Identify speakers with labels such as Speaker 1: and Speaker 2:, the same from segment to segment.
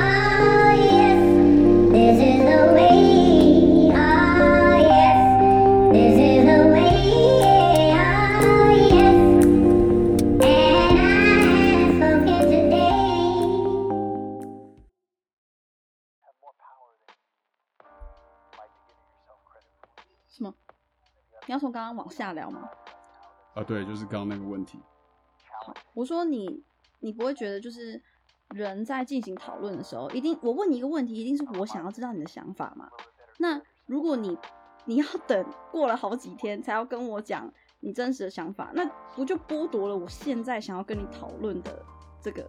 Speaker 1: Ah yes, this is the way. Ah yes, this is the way. Ah yes, and I have spoken today.
Speaker 2: 什么？你要从刚刚往下聊吗？
Speaker 3: 啊，对，就是刚刚那个问题，
Speaker 2: 我说你，你不会觉得就是人在进行讨论的时候，一定我问你一个问题，一定是我想要知道你的想法嘛？那如果你你要 等过了好几天才要跟我讲你真实的想法，那不就剥夺了我现在想要跟你讨论的这个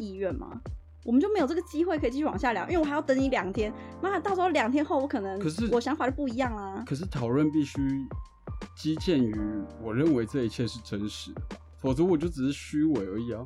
Speaker 2: 意愿吗？我们就没有这个机会可以继续往下聊，因为我还要等你两天。妈，到时候两天后我可能
Speaker 3: 可是
Speaker 2: 我想法就不一样啊啦、
Speaker 3: 可是讨论必须基建于我认为这一切是真实的吧，否则我就只是虚伪而已啊。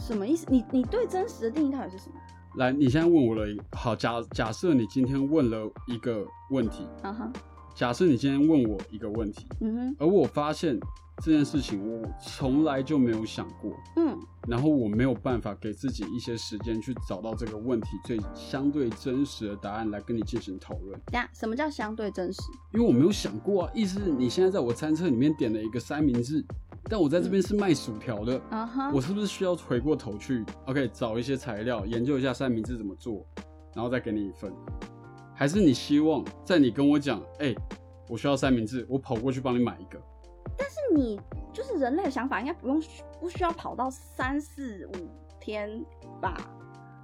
Speaker 2: 什么意思？你你对真实的定义到底是什么？
Speaker 3: 来，你现在问我了一，好假假设你今天问了一个问题，
Speaker 2: 啊哈，
Speaker 3: 假设你今天问我一个问题，
Speaker 2: 嗯哼，
Speaker 3: 而我发现这件事情我从来就没有想过，
Speaker 2: 嗯。
Speaker 3: 然后我没有办法给自己一些时间去找到这个问题最相对真实的答案来跟你进行讨论，
Speaker 2: 等一下，什么叫相对真实？
Speaker 3: 因为我没有想过啊。意思是你现在在我餐车里面点了一个三明治，但我在这边是卖薯条的，
Speaker 2: 啊哈
Speaker 3: 我是不是需要回过头去，OK，找一些材料，研究一下三明治怎么做，然后再给你一份？还是你希望在你跟我讲，哎、我需要三明治，我跑过去帮你买一个？
Speaker 2: 是你就是人类的想法，应该不用不需要跑到三四五天吧？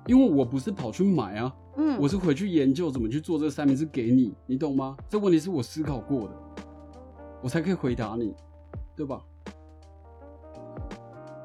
Speaker 3: 因为我不是跑去买啊，
Speaker 2: 嗯，
Speaker 3: 我是回去研究怎么去做这个三明治给你，你懂吗？这问题是我思考过的，我才可以回答你，对吧？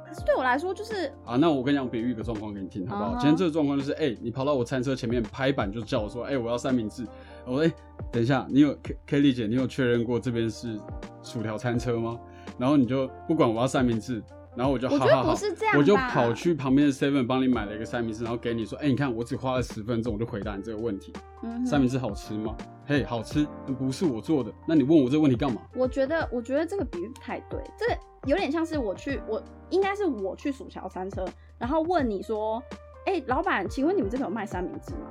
Speaker 2: 可是对我来说就是
Speaker 3: 啊，那我跟你讲，比喻一个状况给你听，好不好
Speaker 2: 啊哈
Speaker 3: 今天这个状况就是，哎、你跑到我餐车前面拍板就叫我说，哎、我要三明治。我说，哎、等一下，你有 K Kelly 姐，你有确认过这边是薯条餐车吗？然后你就不管我要三明治，然后我就
Speaker 2: 我
Speaker 3: 好
Speaker 2: 觉
Speaker 3: 好
Speaker 2: 得
Speaker 3: 好，
Speaker 2: 不是这样吧
Speaker 3: 我就跑去旁边的 Seven 帮你买了一个三明治，然后给你说，哎、你看我只花了十分钟，我就回答你这个问题，
Speaker 2: 嗯哼
Speaker 3: 三明治好吃吗？嘿，好吃，不是我做的，那你问我这个问题干嘛？
Speaker 2: 我觉得，我觉得这个比喻不太对，这个有点像是我去，我应该是我去薯条餐车，然后问你说，哎、老板，请问你们这边有卖三明治吗？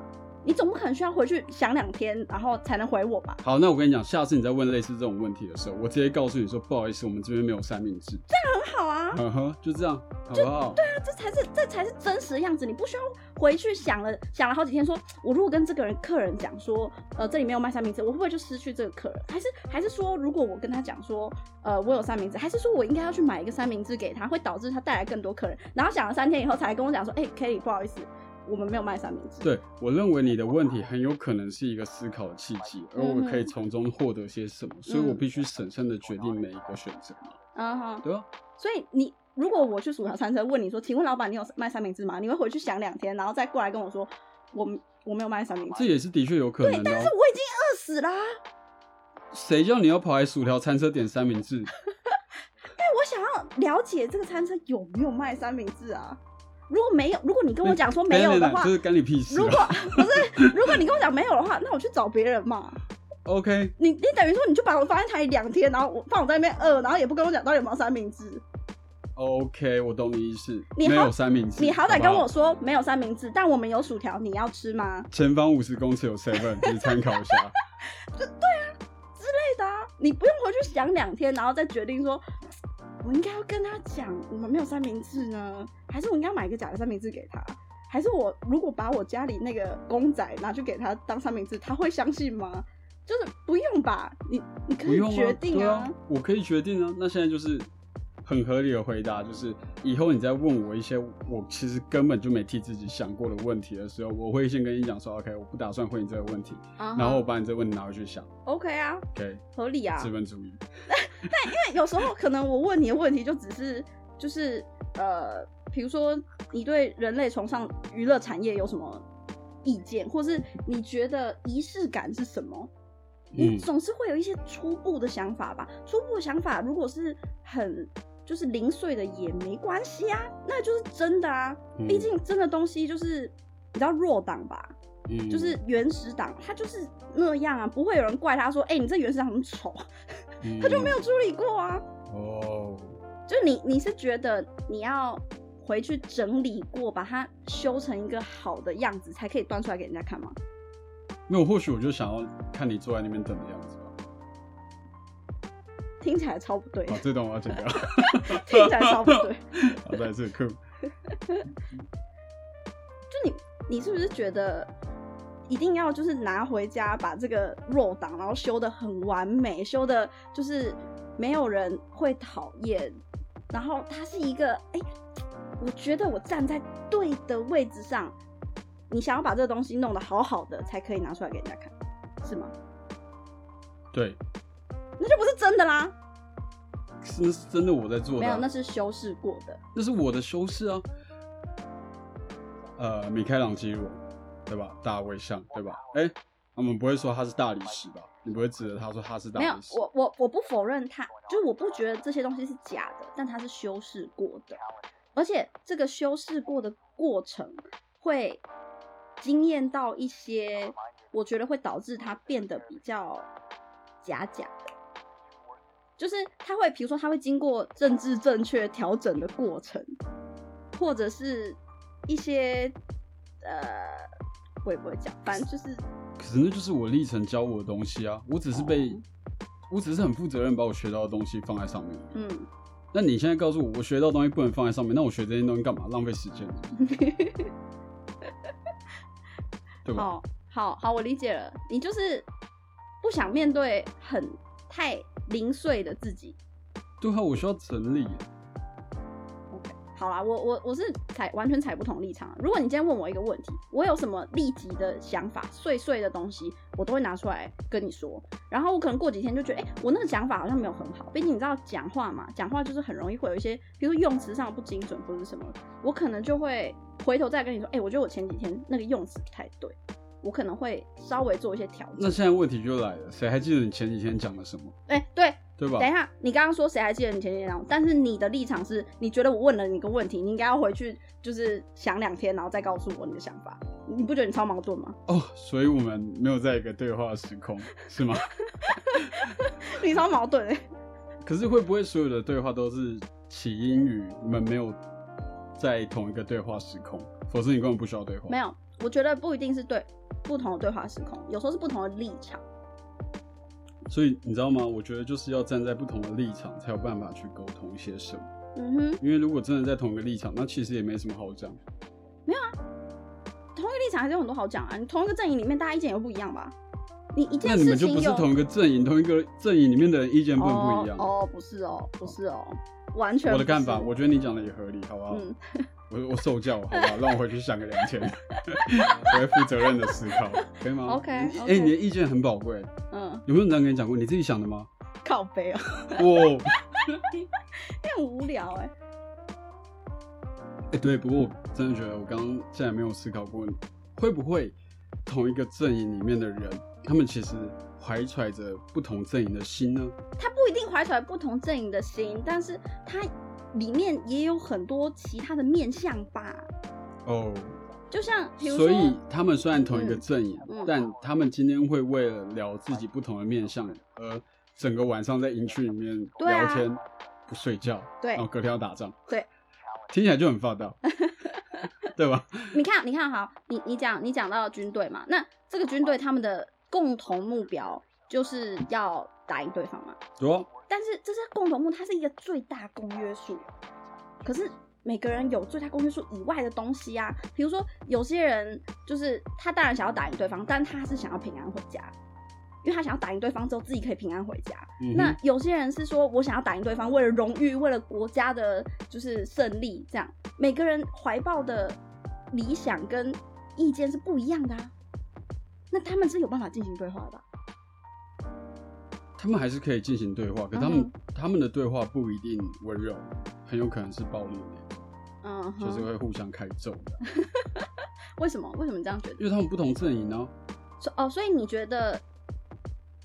Speaker 2: 你总不可能需要回去想两天，然后才能回我吧？
Speaker 3: 好，那我跟你讲，下次你再问类似这种问题的时候，我直接告诉你说，不好意思，我们这边没有三明治。
Speaker 2: 很好啊，
Speaker 3: 嗯哼，就这样，好不好？
Speaker 2: 对啊，这才是这才是真实的样子。你不需要回去想了想了好几天说，我如果跟这个人客人讲说，呃，这里没有卖三明治，我会不会就失去这个客人？还是还是说，如果我跟他讲说，呃，我有三明治，还是说我应该要去买一个三明治给他，会导致他带来更多客人？然后想了三天以后才来跟我讲说，哎、k e l l y 不好意思，我们没有卖三明治。
Speaker 3: 对我认为你的问题很有可能是一个思考的契机，而我可以
Speaker 2: 嗯哼
Speaker 3: 从中获得些什么，所以我
Speaker 2: 嗯
Speaker 3: 必须审慎的决定每一个选择，
Speaker 2: 嗯哼，
Speaker 3: 对吧？
Speaker 2: 所以你。如果我去薯条餐车问你说，请问老板你有卖三明治吗？你会回去想两天，然后再过来跟我说，我我没有卖三明
Speaker 3: 这
Speaker 2: 治。哎
Speaker 3: 也是的确有可能的、
Speaker 2: 但
Speaker 3: 哦
Speaker 2: 是。我已经饿死啦、
Speaker 3: 谁叫你要跑来薯条餐车点三明治？
Speaker 2: 哎，我想要了解这个餐车有没有卖三明治啊？如果没有，如果你跟我讲说没有的话，
Speaker 3: 这是干你屁事、
Speaker 2: 如果
Speaker 3: 啊。
Speaker 2: 不是，如果你跟我讲没有的话，那我去找别人嘛。
Speaker 3: OK，
Speaker 2: 你你等于说你就把我放在台里两天，然后我放我在那边饿，然后也不跟我讲到底有没有三明治。
Speaker 3: OK，我懂你意思。
Speaker 2: 你好
Speaker 3: 没有三明治，
Speaker 2: 你好歹
Speaker 3: 不
Speaker 2: 跟我说没有三明治，但我们有薯条，你要吃吗？
Speaker 3: 前方五十公尺有 seven，你参考一下。
Speaker 2: 对的啊，你不用回去想两天，然后再决定说，我应该要跟他讲我们没有三明治呢，还是我应该买一个假的三明治给他？还是我如果把我家里那个公仔拿去给他当三明治，他会相信吗？就是不用吧，你你可
Speaker 3: 不用
Speaker 2: 以
Speaker 3: 啊，
Speaker 2: 决
Speaker 3: 对
Speaker 2: 定
Speaker 3: 啊，我可以决定啊。那现在就是很合理的回答，就是以后你再问我一些我其实根本就没替自己想过的问题的时候，我会先跟你讲说，OK，我不打算回你这个问题，
Speaker 2: 啊哈
Speaker 3: 然后我把你这个问题拿回去想
Speaker 2: OK 啊，
Speaker 3: ，OK，
Speaker 2: 合理啊，
Speaker 3: 资本主义。
Speaker 2: 但有时候可能我问你的问题就只是就是呃，比如说你对人类崇尚娱乐产业有什么意见，或是你觉得仪式感是什么？你
Speaker 3: 嗯
Speaker 2: 总是会有一些初步的想法吧？初步的想法如果是很就是零碎的也没关系啊，那就是真的啊。
Speaker 3: 嗯
Speaker 2: 毕竟真的东西就是你知道弱党吧，
Speaker 3: 嗯
Speaker 2: 就是原始党，他就是那样啊，不会有人怪他说，哎、你这原始党很丑，他就没有处理过啊。
Speaker 3: 嗯哦，
Speaker 2: 就你你是觉得你要回去整理过，把它修成一个好的样子，才可以端出来给人家看吗？
Speaker 3: 没有，或许我就想要看你坐在那边等的样子吧。
Speaker 2: 听起来超不 对，
Speaker 3: 哦好，这段我要剪掉。
Speaker 2: 听起来超不对。
Speaker 3: 好，再一次酷。
Speaker 2: 你是不是觉得一定要就是拿回家把这个肉档，然后修的很完美，修的就是没有人会讨厌，然后它是一个哎、我觉得我站在对的位置上，你想要把这个东西弄得好好的，才可以拿出来给人家看，是吗？
Speaker 3: 对，
Speaker 2: 那就不是真的啦，
Speaker 3: 是那是真的我在做
Speaker 2: 没
Speaker 3: 的啊、
Speaker 2: 有，那是修饰过的。
Speaker 3: 那是我的修饰啊。呃，米开朗基罗，对吧？大卫像，对吧？哎、我们不会说他是大理石吧？你不会指着他说他是大
Speaker 2: 没有
Speaker 3: 理，石？
Speaker 2: 我我我不否认它，就是我不觉得这些东西是假的，但它是修饰过的，而且这个修饰过的过程会惊艳到一些，我觉得会导致它变得比较假假的，就是它会，比如说它会经过政治正确调整的过程，或者是一些呃，我也不会讲，反正就是
Speaker 3: 可是那就是我历程教我的东西啊。我只是被，
Speaker 2: 哦
Speaker 3: 我只是很负责任把我学到的东西放在上面。
Speaker 2: 嗯。
Speaker 3: 那你现在告诉我，我学到的东西不能放在上面，那我学这些东西干嘛？浪费时间，对吧？
Speaker 2: 好好好，我理解了，你就是不想面对很太零碎的自己。
Speaker 3: 对啊，我需要整理耶。
Speaker 2: 好啦，我我我是采完全采不同立场啊。如果你今天问我一个问题，我有什么立即的想法、碎碎的东西，我都会拿出来跟你说。然后我可能过几天就觉得，哎、我那个想法好像没有很好。毕竟你知道讲话嘛，讲话就是很容易会有一些，比如说用词上不精准或者是什么，我可能就会回头再跟你说，哎、我觉得我前几天那个用词不太对，我可能会稍微做一些调
Speaker 3: 那
Speaker 2: 整。
Speaker 3: 现在问题就来了，谁还记得你前几天讲了什么？
Speaker 2: 哎、对，
Speaker 3: 对吧？
Speaker 2: 等一下，你刚刚说谁还记得你前几天讲？但是你的立场是，你觉得我问了你一个问题，你应该要回去就是想两天，然后再告诉我你的想法。你不觉得你超矛盾 吗？
Speaker 3: 哦，所以我们没有在一个对话时空，是吗？
Speaker 2: 你超矛盾、欸。
Speaker 3: 可是会不会所有的对话都是起因于你们没有在同一个对话时空？否则你根本不需要对话。
Speaker 2: 没，有，我觉得不一定是对不同的对话时空，有时候是不同的立场。
Speaker 3: 所以你知道吗？我觉得就是要站在不同的立场，才有办法去沟通一些什么。
Speaker 2: 嗯哼，
Speaker 3: 因为如果真的在同一个立场，那其实也没什么好讲。
Speaker 2: 同一个立场还是有很多好讲啊。你同一个阵营里面，大家意见也不一样吧？你一
Speaker 3: 那
Speaker 2: 件
Speaker 3: 你
Speaker 2: 事
Speaker 3: 们就
Speaker 2: 情
Speaker 3: 不是
Speaker 2: 有
Speaker 3: 同一个阵营，同一个阵营里面的人意见不能
Speaker 2: 哦
Speaker 3: 不一样。
Speaker 2: 哦，不是哦，不是哦，完全
Speaker 3: 我的
Speaker 2: 不
Speaker 3: 看
Speaker 2: 是
Speaker 3: 法，我觉得你讲的也合理，好不好？
Speaker 2: 嗯，
Speaker 3: 我我受教，好 不好？让我回去想个两天，我会负责任的思考，可以吗
Speaker 2: OK，
Speaker 3: 你哎、
Speaker 2: OK
Speaker 3: 你的意见很宝贵，
Speaker 2: 嗯，
Speaker 3: 有没有人跟你讲过？你自己想的 吗？
Speaker 2: 靠背哦，
Speaker 3: 哇、哦，
Speaker 2: 很无聊哎、
Speaker 3: 哎、对，不过我真的觉得我刚刚竟然没有思考过，会不会同一个阵营里面的人，他们其实怀揣着不同阵营的心呢？
Speaker 2: 他不一定怀揣不同阵营的心，但是他里面也有很多其他的面向吧。
Speaker 3: 哦、
Speaker 2: 就像比如说，
Speaker 3: 所以他们虽然同一个阵营，
Speaker 2: 嗯嗯
Speaker 3: 但他们今天会为了聊自己不同的面相，而整个晚上在营区里面
Speaker 2: 对啊
Speaker 3: 聊天、不睡觉，
Speaker 2: 对
Speaker 3: 然后隔天要打仗，
Speaker 2: 对，
Speaker 3: 听起来就很霸 道，对吧？
Speaker 2: 你看，你看，好，你你讲你讲到军队嘛，那这个军队他们的共同目标就是要打赢对方嘛。
Speaker 3: 对啊，
Speaker 2: 但是这是共同目，它是一个最大公约数。可是每个人有最大公约数以外的东西啊，比如说有些人就是他当然想要打赢对方，但他是想要平安回家，因为他想要打赢对方之后自己可以平安回家。
Speaker 3: 嗯哼
Speaker 2: 那有些人是说我想要打赢对方，为了荣誉，为了国家的就是胜利，这样每个人怀抱的理想跟意见是不一样的啊。那他们是有办法进行对话的吧、
Speaker 3: 他们还是可以进行对话，可他们、
Speaker 2: 嗯
Speaker 3: 他们的对话不一定温柔，很有可能是暴力的，
Speaker 2: 嗯哼，
Speaker 3: 就是会互相开揍的，
Speaker 2: 为什么？为什么这样觉得？
Speaker 3: 因为他们不同阵营呢、
Speaker 2: 所哦，所以你觉得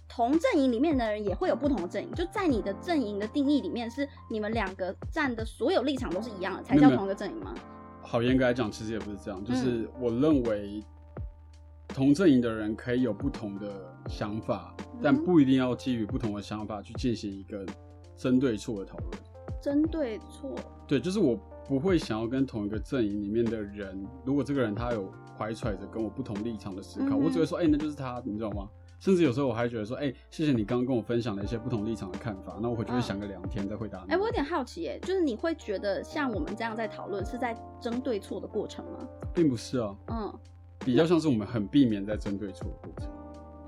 Speaker 2: 同阵营里面的人也会有不同的阵营？就在你的阵营的定义里面，是你们两个站的所有立场都是一样的，才
Speaker 3: 没
Speaker 2: 叫
Speaker 3: 有没有
Speaker 2: 同一个阵营吗？嗯
Speaker 3: 好，严格来讲，其实也不是这样，就是我认为同阵营的人可以有不同的想法，
Speaker 2: 嗯
Speaker 3: 但不一定要基于不同的想法去进行一个针对错的讨论。
Speaker 2: 针对错，
Speaker 3: 对，就是我不会想要跟同一个阵营里面的人，如果这个人他有怀揣着跟我不同立场的思考，
Speaker 2: 嗯哼
Speaker 3: 我只会说，哎、那就是他，你知道吗？甚至有时候我还觉得说，哎、谢谢你刚刚跟我分享了一些不同立场的看法，那我回去会
Speaker 2: 嗯
Speaker 3: 想个两天再回答你。
Speaker 2: 哎、我有点好奇、耶，就是你会觉得像我们这样在讨论是在争对错的过程吗？
Speaker 3: 并不是啊，
Speaker 2: 嗯
Speaker 3: 比较像是我们很避免在针对错的过程。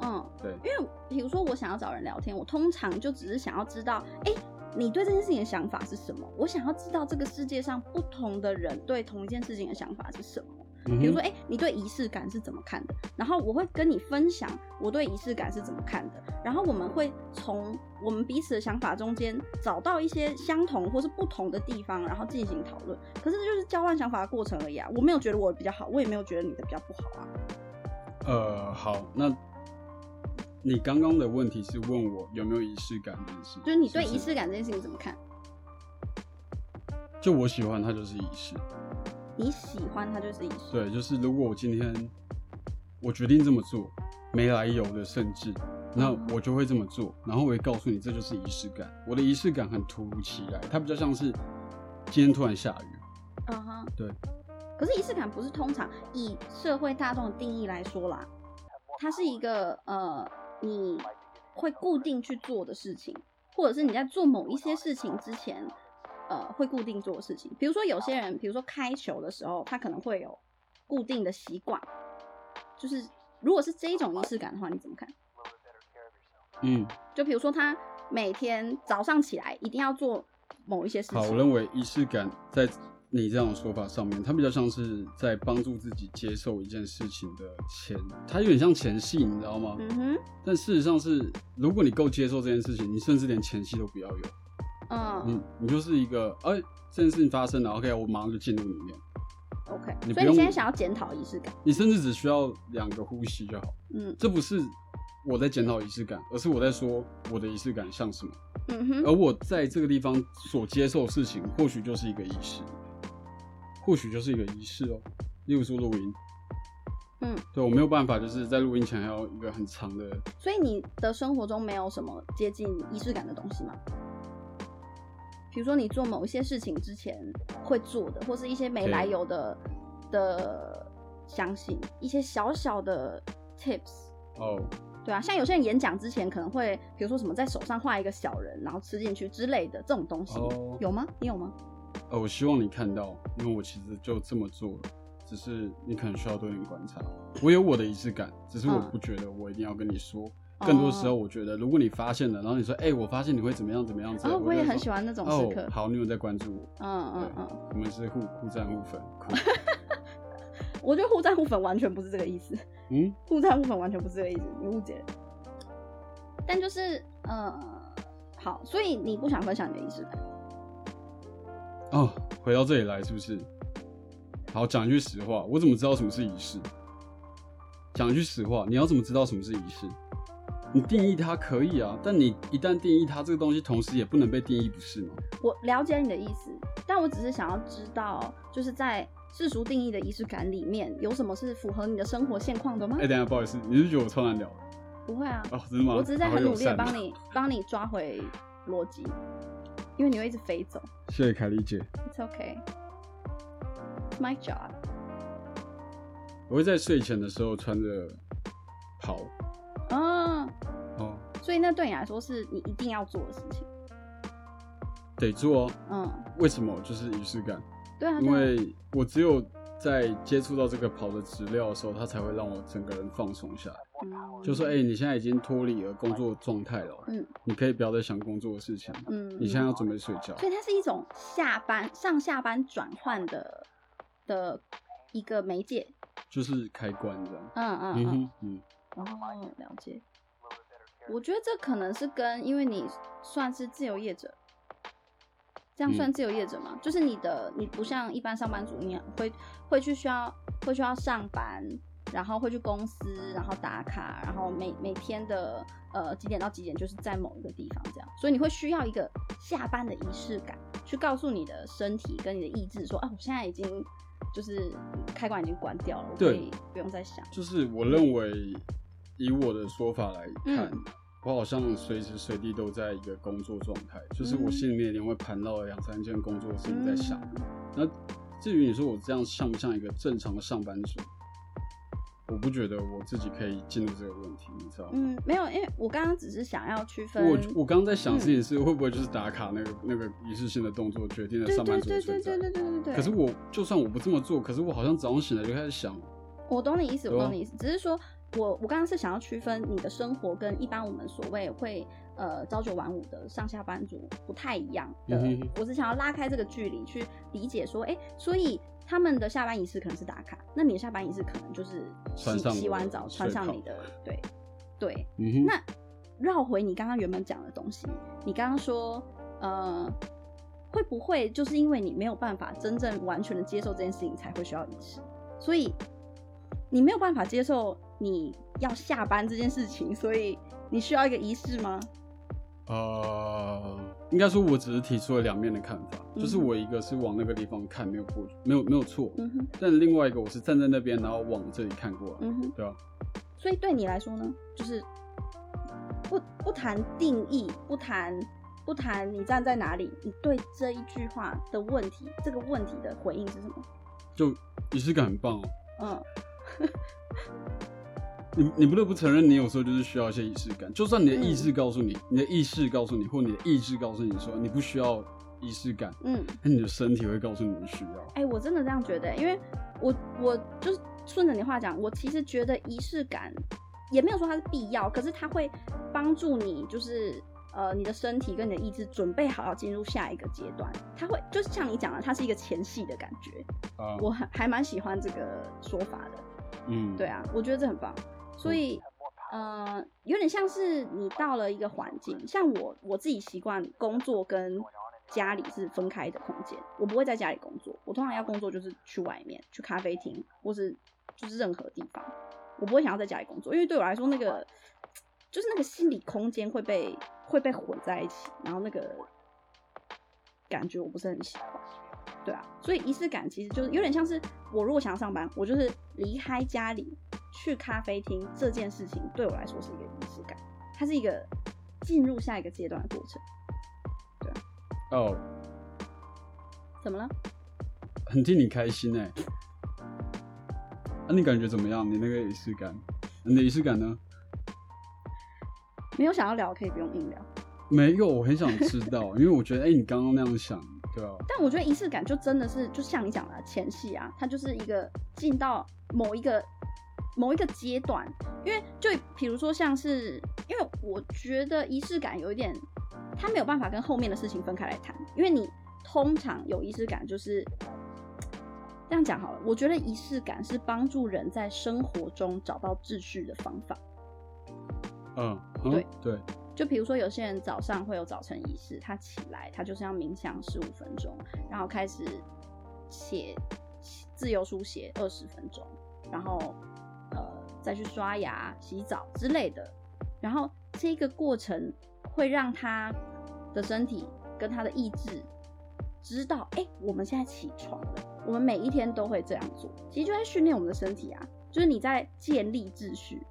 Speaker 2: 嗯，
Speaker 3: 对
Speaker 2: 因为比如说我想要找人聊天，我通常就只是想要知道，哎、你对这件事情的想法是什么？我想要知道这个世界上不同的人对同一件事情的想法是什么。
Speaker 3: 嗯哼
Speaker 2: 比如说，哎、你对仪式感是怎么看的？然后我会跟你分享我对仪式感是怎么看的，然后我们会从我们彼此的想法中间找到一些相同或是不同的地方，然后进行讨论。可是这就是交换想法的过程而已啊！我没有觉得我的比较好，我也没有觉得你的比较不好啊。
Speaker 3: 呃，好，那你刚刚的问题是问我有没有仪式感这件事，
Speaker 2: 就是你对仪
Speaker 3: 是
Speaker 2: 式感这件事情怎么看？
Speaker 3: 不是就我喜欢它就是仪式，
Speaker 2: 你喜欢它就是仪式，
Speaker 3: 对，就是如果我今天我决定这么做，没来由的甚至，那
Speaker 2: 嗯
Speaker 3: 我就会这么做，然后我会告诉你这就是仪式感。我的仪式感很突如其来，它比较像是今天突然下雨，
Speaker 2: 嗯哼，
Speaker 3: 对。
Speaker 2: 可是仪式感不是通常以社会大众的定义来说啦，它是一个呃你会固定去做的事情，或者是你在做某一些事情之前，呃会固定做的事情。比如说有些人，比如说开球的时候，他可能会有固定的习惯，就是如果是这一种仪式感的话，你怎么看？
Speaker 3: 嗯，
Speaker 2: 就比如说他每天早上起来一定要做某一些事情。
Speaker 3: 好，我认为仪式感在你这样的说法上面，它比较像是在帮助自己接受一件事情的前，它有点像前戏，你知道吗？
Speaker 2: 嗯哼，
Speaker 3: 但事实上是，如果你够接受这件事情，你甚至连前戏都不要有，
Speaker 2: 嗯
Speaker 3: 嗯，你就是一个，哎、这件事情发生了，OK，我马上就进入里面，
Speaker 2: OK，
Speaker 3: 你
Speaker 2: 所以你
Speaker 3: 不用
Speaker 2: 现在想要检讨仪式感，
Speaker 3: 你甚至只需要两个呼吸就好。
Speaker 2: 嗯
Speaker 3: 这不是我在检讨仪式感，而是我在说我的仪式感像什么，
Speaker 2: 嗯哼，
Speaker 3: 而我在这个地方所接受的事情，或许就是一个仪式，或许就是一个仪式哦。例如说录音，
Speaker 2: 嗯，
Speaker 3: 对我没有办法，就是在录音前还要一个很长的
Speaker 2: 所以你的生活中没有什么接近仪式感的东西吗？比如说你做某一些事情之前会做的，或是一些没
Speaker 3: 对
Speaker 2: 来由的的相信，一些小小的 tips，
Speaker 3: 哦，
Speaker 2: 对啊，像有些人演讲之前可能会，比如说什么在手上画一个小人，然后吃进去之类的这种东西，
Speaker 3: 哦
Speaker 2: 有吗？你有吗？
Speaker 3: 呃，我希望你看到，因为我其实就这么做了，只是你可能需要多一点观察。我有我的仪式感，只是我
Speaker 2: 嗯
Speaker 3: 不觉得我一定要跟你说。更多时候，
Speaker 2: 哦，
Speaker 3: 我觉得如果你发现了，然后你说，哎、我发现你会怎么样怎么样之类的，
Speaker 2: 哦，我也很喜
Speaker 3: 欢
Speaker 2: 欢那种时刻
Speaker 3: 哦，，好，你有在关注我，
Speaker 2: 嗯嗯嗯。
Speaker 3: 我们是互互赞互粉，酷
Speaker 2: 我觉得互赞互粉完全不是这个意思，
Speaker 3: 嗯，
Speaker 2: 互赞互粉完全不是这个意思，你误解了。但就是呃，好，所以你不想分享你的仪式感，
Speaker 3: 哦，回到这里来是不是？好，讲一句实话，我怎么知道什么是仪式？讲一句实话，你要怎么知道什么是仪式？你定义它可以啊，但你一旦定义它这个东西，同时也不能被定义，不是吗？
Speaker 2: 我了解你的意思，但我只是想要知道，就是在世俗定义的仪式感里面，有什么是符合你的生活现况的吗
Speaker 3: 哎、？等一下，不好意思，你是不是觉得我超难聊的
Speaker 2: 不会啊，
Speaker 3: 哦？真的吗？
Speaker 2: 我只是在
Speaker 3: 好
Speaker 2: 很
Speaker 3: 友
Speaker 2: 努力的
Speaker 3: 善啊
Speaker 2: 帮。你帮你抓回逻辑，因为你会一直飞走
Speaker 3: 谢谢凯丽姐，
Speaker 2: ，It's okay, It's my job。
Speaker 3: 我会在睡前的时候穿着袍
Speaker 2: 嗯、
Speaker 3: 哦，
Speaker 2: 所以那对你来说是你一定要做的事情，
Speaker 3: 得做哦。
Speaker 2: 嗯。
Speaker 3: 为什么？就是仪式感，
Speaker 2: 对啊，对
Speaker 3: 因
Speaker 2: 啊
Speaker 3: 为我只有在接触到这个袍的资料的时候，它才会让我整个人放松下来。
Speaker 2: 嗯
Speaker 3: 就说，哎、你现在已经脱离了工作状态了，
Speaker 2: 嗯，
Speaker 3: 你可以不要再想工作的事情，
Speaker 2: 嗯，
Speaker 3: 你现在要准备睡觉
Speaker 2: 嗯，。所以它是一种下班上下班转换的的一个媒介，
Speaker 3: 就是开关这样。
Speaker 2: 嗯嗯
Speaker 3: 嗯
Speaker 2: 嗯，
Speaker 3: 哼，嗯，
Speaker 2: 哦，了解。我觉得这可能是跟因为你算是自由业者，这样
Speaker 3: 嗯
Speaker 2: 算自由业者吗？就是你的你不像一般上班族，你会会去需要会需要上班，然后会去公司，然后打卡，然后每每天的呃几点到几点就是在某一个地方这样，所以你会需要一个下班的仪式感，去告诉你的身体跟你的意志说啊，我现在已经就是开关已经关掉了，我可
Speaker 3: 对
Speaker 2: 以不用再想。
Speaker 3: 就是我认为，以我的说法来看，
Speaker 2: 嗯
Speaker 3: 我好像随时随地都在一个工作状态，就是我
Speaker 2: 嗯
Speaker 3: 心里面一定会盘绕两三件工作的事情在想，
Speaker 2: 嗯
Speaker 3: 那至于你说我这样像不像一个正常的上班族，我不觉得我自己可以进入这个问题，你知道吗？
Speaker 2: 嗯，没有，因为我刚刚只是想要区分，
Speaker 3: 我我刚刚在想
Speaker 2: 嗯
Speaker 3: 这件事，会不会就是打卡那个那个仪式性的动作决定了
Speaker 2: 对
Speaker 3: 上班
Speaker 2: 对
Speaker 3: 族
Speaker 2: 对对
Speaker 3: 的
Speaker 2: 对
Speaker 3: 存在？
Speaker 2: 对对对对。
Speaker 3: 可是我就算我不这么做，可是我好像早上醒来就开始想，
Speaker 2: 我懂你意思，
Speaker 3: 对
Speaker 2: 我
Speaker 3: 啊
Speaker 2: 懂你意思，只是说我我刚刚是想要区分你的生活跟一般我们所谓会呃朝九晚五的上下班族不太一样的，
Speaker 3: 嗯哼
Speaker 2: 我是想要拉开这个距离去理解说，哎、所以。他们的下班仪式可能是打卡，那你的下班仪式可能就是洗
Speaker 3: 穿上
Speaker 2: 洗
Speaker 3: 我
Speaker 2: 完
Speaker 3: 的
Speaker 2: 澡，
Speaker 3: 睡
Speaker 2: 穿上
Speaker 3: 袍
Speaker 2: 你的对对，
Speaker 3: 嗯哼，
Speaker 2: 那绕回你刚刚原本讲的东西，你刚刚说，呃，会不会就是因为你没有办法真正完全的接受这件事情，才会需要仪式？所以你没有办法接受你要下班这件事情，所以你需要一个仪式吗？
Speaker 3: 呃，应该说我只是提出了两面的看法，就是
Speaker 2: 嗯哼
Speaker 3: 我一个是往那个地方看没有过，没有没有错，
Speaker 2: 嗯哼，
Speaker 3: 但另外一个我是站在那边，然后往这里看过来，
Speaker 2: 嗯哼，
Speaker 3: 对啊。
Speaker 2: 所以对你来说呢，就是不不谈定义，不谈。不谈你站在哪里，你对这一句话的问题，这个问题的回应是什么？
Speaker 3: 就仪式感很棒哦。
Speaker 2: 嗯
Speaker 3: 你你不得不承认，你有时候就是需要一些仪式感。就算你的
Speaker 2: 嗯
Speaker 3: 意志告诉你，你的意识告诉你，或你的意志告诉你说你不需要仪式感，
Speaker 2: 嗯，
Speaker 3: 但你的身体会告诉你你需要。
Speaker 2: 哎、我真的这样觉得、因为我我就是顺着你话讲，我其实觉得仪式感也没有说它是必要，可是它会帮助你，就是呃你的身体跟你的意志准备好要进入下一个阶段，它会就是像你讲的，它是一个前戏的感觉，
Speaker 3: 啊、
Speaker 2: 我还还蛮喜欢这个说法的，
Speaker 3: 嗯，
Speaker 2: 对啊，我觉得这很棒，所以。呃，有点像是你到了一个环境，像我我自己习惯工作跟家里是分开的空间，我不会在家里工作，我通常要工作就是去外面，去咖啡厅或是就是任何地方，我不会想要在家里工作，因为对我来说那个就是那个心理空间会被会被混在一起，然后那个感觉我不是很喜欢。对啊，所以仪式感其实就是有点像是我如果想要上班，我就是离开家里去咖啡厅这件事情，对我来说是一个仪式感，它是一个进入下一个阶段的过程。
Speaker 3: 哦，
Speaker 2: 怎么了？
Speaker 3: 很替你开心哎、那、你感觉怎么样？你那个仪式感，你的仪式感呢？
Speaker 2: 没有想要聊可以不用硬聊，
Speaker 3: 没有，我很想知道， 因为我觉得，哎、你刚刚那样想，对啊，
Speaker 2: 但我觉得仪式感就真的是就像你讲的啊前戏啊，它就是一个进到某一个某一个阶段，因为就比如说像是，因为我觉得仪式感有一点，它没有办法跟后面的事情分开来谈，因为你通常有仪式感就是这样讲好了。我觉得仪式感是帮助人在生活中找到秩序的方法。
Speaker 3: 嗯，嗯
Speaker 2: 对
Speaker 3: 对，
Speaker 2: 就比如说，有些人早上会有早晨仪式，他起来，他就是要冥想十五分钟，然后开始写自由书写二十分钟，然后呃再去刷牙、洗澡之类的。然后这个过程会让他的身体跟他的意志知道，哎、我们现在起床了。我们每一天都会这样做，其实就在训练我们的身体啊，就是你在建立秩序。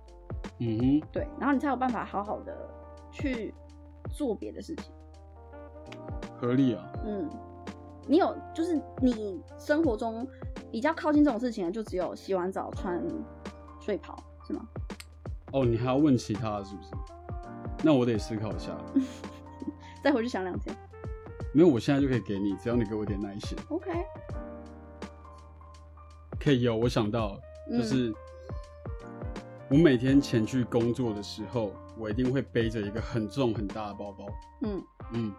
Speaker 3: 嗯哼，
Speaker 2: 对，然后你才有办法好好的去做别的事情。
Speaker 3: 合理啊，
Speaker 2: 嗯，你有就是你生活中比较靠近这种事情的，就只有洗完澡穿睡袍是吗？
Speaker 3: 哦，你还要问其他的是不是？那我得思考一下。
Speaker 2: 再回去想两天。
Speaker 3: 没有，我现在就可以给你，只要你给我点耐心。
Speaker 2: OK，
Speaker 3: 可以有，哦我想到了
Speaker 2: 嗯
Speaker 3: 就是、我每天前去工作的时候，我一定会背着一个很重很大的包包。
Speaker 2: 嗯，
Speaker 3: 嗯，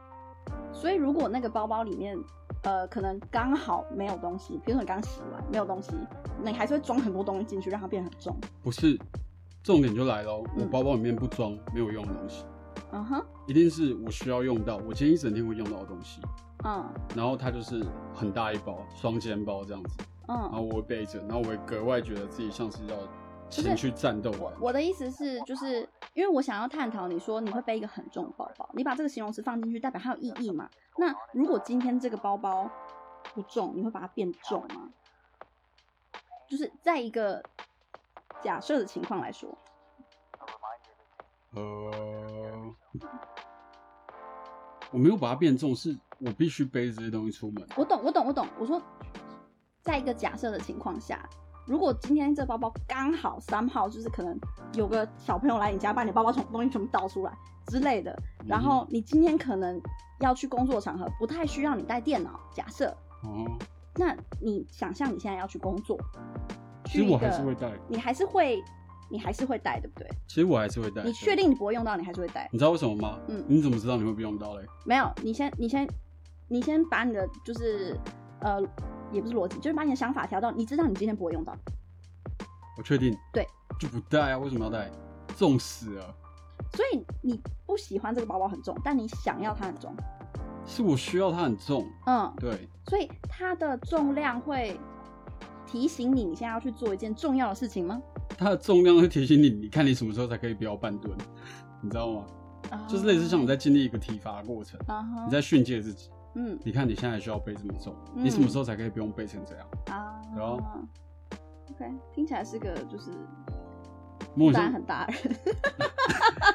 Speaker 2: 所以如果那个包包里面呃可能刚好没有东西，比如说你刚洗完没有东西，那你还是会装很多东西进去，让它变得很重。
Speaker 3: 不是，重点就来喽，我
Speaker 2: 嗯
Speaker 3: 包包里面不装没有用的东西，
Speaker 2: 嗯哼，
Speaker 3: 一定是我需要用到，我今天一整天会用到的东西。
Speaker 2: 嗯
Speaker 3: 然后它就是很大一包双肩包这样子，然后
Speaker 2: 嗯。
Speaker 3: 我会背着，然后我会格外觉得自己像是要前去战斗的
Speaker 2: 我
Speaker 3: 感觉。
Speaker 2: 我的意思是，就是因为我想要探讨你说你会背一个很重的包包，你把这个形容词放进去，代表它有意义嘛？那如果今天这个包包不重，你会把它变重吗？就是在一个假设的情况来说，
Speaker 3: 呃，我没有把它变重，是我必须背着这些东西出门。
Speaker 2: 我懂，我懂，我懂。我说在一个假设的情况下，如果今天这包包刚好三号，就是可能有个小朋友来你家，把你包包从东西全部倒出来之类
Speaker 3: 嗯
Speaker 2: 的，然后你今天可能要去工作场合，不太需要你带电脑，假设，
Speaker 3: 哦，
Speaker 2: 那你想象你现在要去工作，去
Speaker 3: 其实
Speaker 2: 一
Speaker 3: 我还是会
Speaker 2: 个，
Speaker 3: 带，
Speaker 2: 你还是会，你还是会带，对不对？
Speaker 3: 其实我还是会带。
Speaker 2: 你确？定你不会用到，你还是会带。
Speaker 3: 你知道为什么吗？
Speaker 2: 嗯
Speaker 3: 你怎么知道你会不用到嘞？
Speaker 2: 没有，你先，你先，你先把你的就是呃，也不是逻辑，就是把你的想法调到，你知道你今天不会用到。
Speaker 3: 我确定。
Speaker 2: 对。
Speaker 3: 就不带啊？为什么要带？重死啊！
Speaker 2: 所以你不喜欢这个包包很重，但你想要它很重，
Speaker 3: 是我需要它很重。
Speaker 2: 嗯，
Speaker 3: 对，
Speaker 2: 所以它的重量会提醒你你现在要去做一件重要的事情吗？
Speaker 3: 它的重量会提醒你，你看你什么时候才可以不要半蹲，你知道吗？就是类似像你在经历一个体罚过程，
Speaker 2: 啊哈
Speaker 3: 你在训诫自己，
Speaker 2: 嗯
Speaker 3: 你看你现在需要背这么重，
Speaker 2: 嗯
Speaker 3: 你什么时候才可以不用背成这样？
Speaker 2: 啊
Speaker 3: 然后
Speaker 2: ，OK，听起来是个就是
Speaker 3: 梦
Speaker 2: 负担
Speaker 3: 想，
Speaker 2: 很大的人，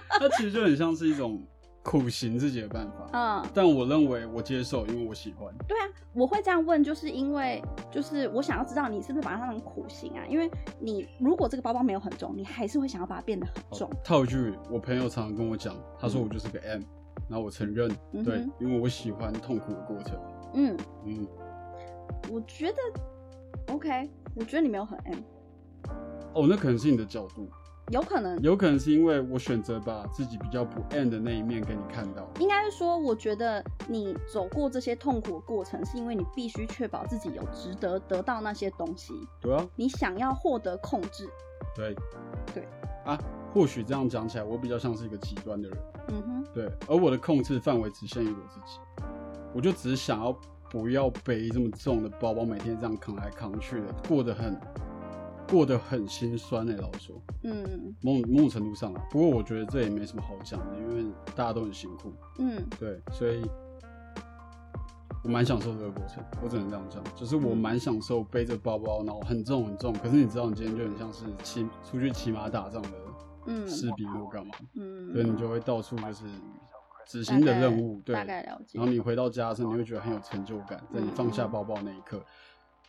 Speaker 3: 它其实就很像是一种苦行自己的办法。
Speaker 2: 嗯，
Speaker 3: 但我认为我接受，因为我喜欢。
Speaker 2: 对啊，我会这样问，就是因为就是我想要知道你是不是把它当成苦行啊？因为你如果这个包包没有很重，你还是会想要把它变得很重。
Speaker 3: 套一句，我朋友常常跟我讲，他说我就是个 M，、然后我承认，
Speaker 2: 嗯哼
Speaker 3: 对，因为我喜欢痛苦的过程。
Speaker 2: 嗯，
Speaker 3: 嗯，
Speaker 2: 我觉得 OK，我觉得你没有很 M，
Speaker 3: 哦，那可能是你的角度，
Speaker 2: 有可能
Speaker 3: 有可能是因为我选择把自己比较不 M 的那一面给你看到。
Speaker 2: 应该是说，我觉得你走过这些痛苦的过程，是因为你必须确保自己有值得得到那些东西，
Speaker 3: 对啊，
Speaker 2: 你想要获得控制。
Speaker 3: 对，
Speaker 2: 对
Speaker 3: 啊，或许这样讲起来，我比较像是一个极端的人。
Speaker 2: 嗯哼，
Speaker 3: 对，而我的控制范围只限于我自己，我就只是想要不要背这么重的包包，每天这样扛来扛去的，过得很过得很心酸哎、老实说，
Speaker 2: 嗯
Speaker 3: 某某种程度上啊。不过我觉得这也没什么好讲的，因为大家都很辛苦，
Speaker 2: 嗯
Speaker 3: 对，所以我蛮享受这个过程，我只能这样讲，就是
Speaker 2: 嗯
Speaker 3: 我蛮享受背着包包，然后很重很重，可是你知道，你今天就很像是骑出去骑马打仗的
Speaker 2: 嗯
Speaker 3: 士兵或干嘛，所以
Speaker 2: 嗯，
Speaker 3: 你就会到处就是执行你的任务，对，
Speaker 2: 大概了解
Speaker 3: 然后。你回到家的时候，你会觉得很有成就感，在你
Speaker 2: 嗯
Speaker 3: 放下包包那一刻，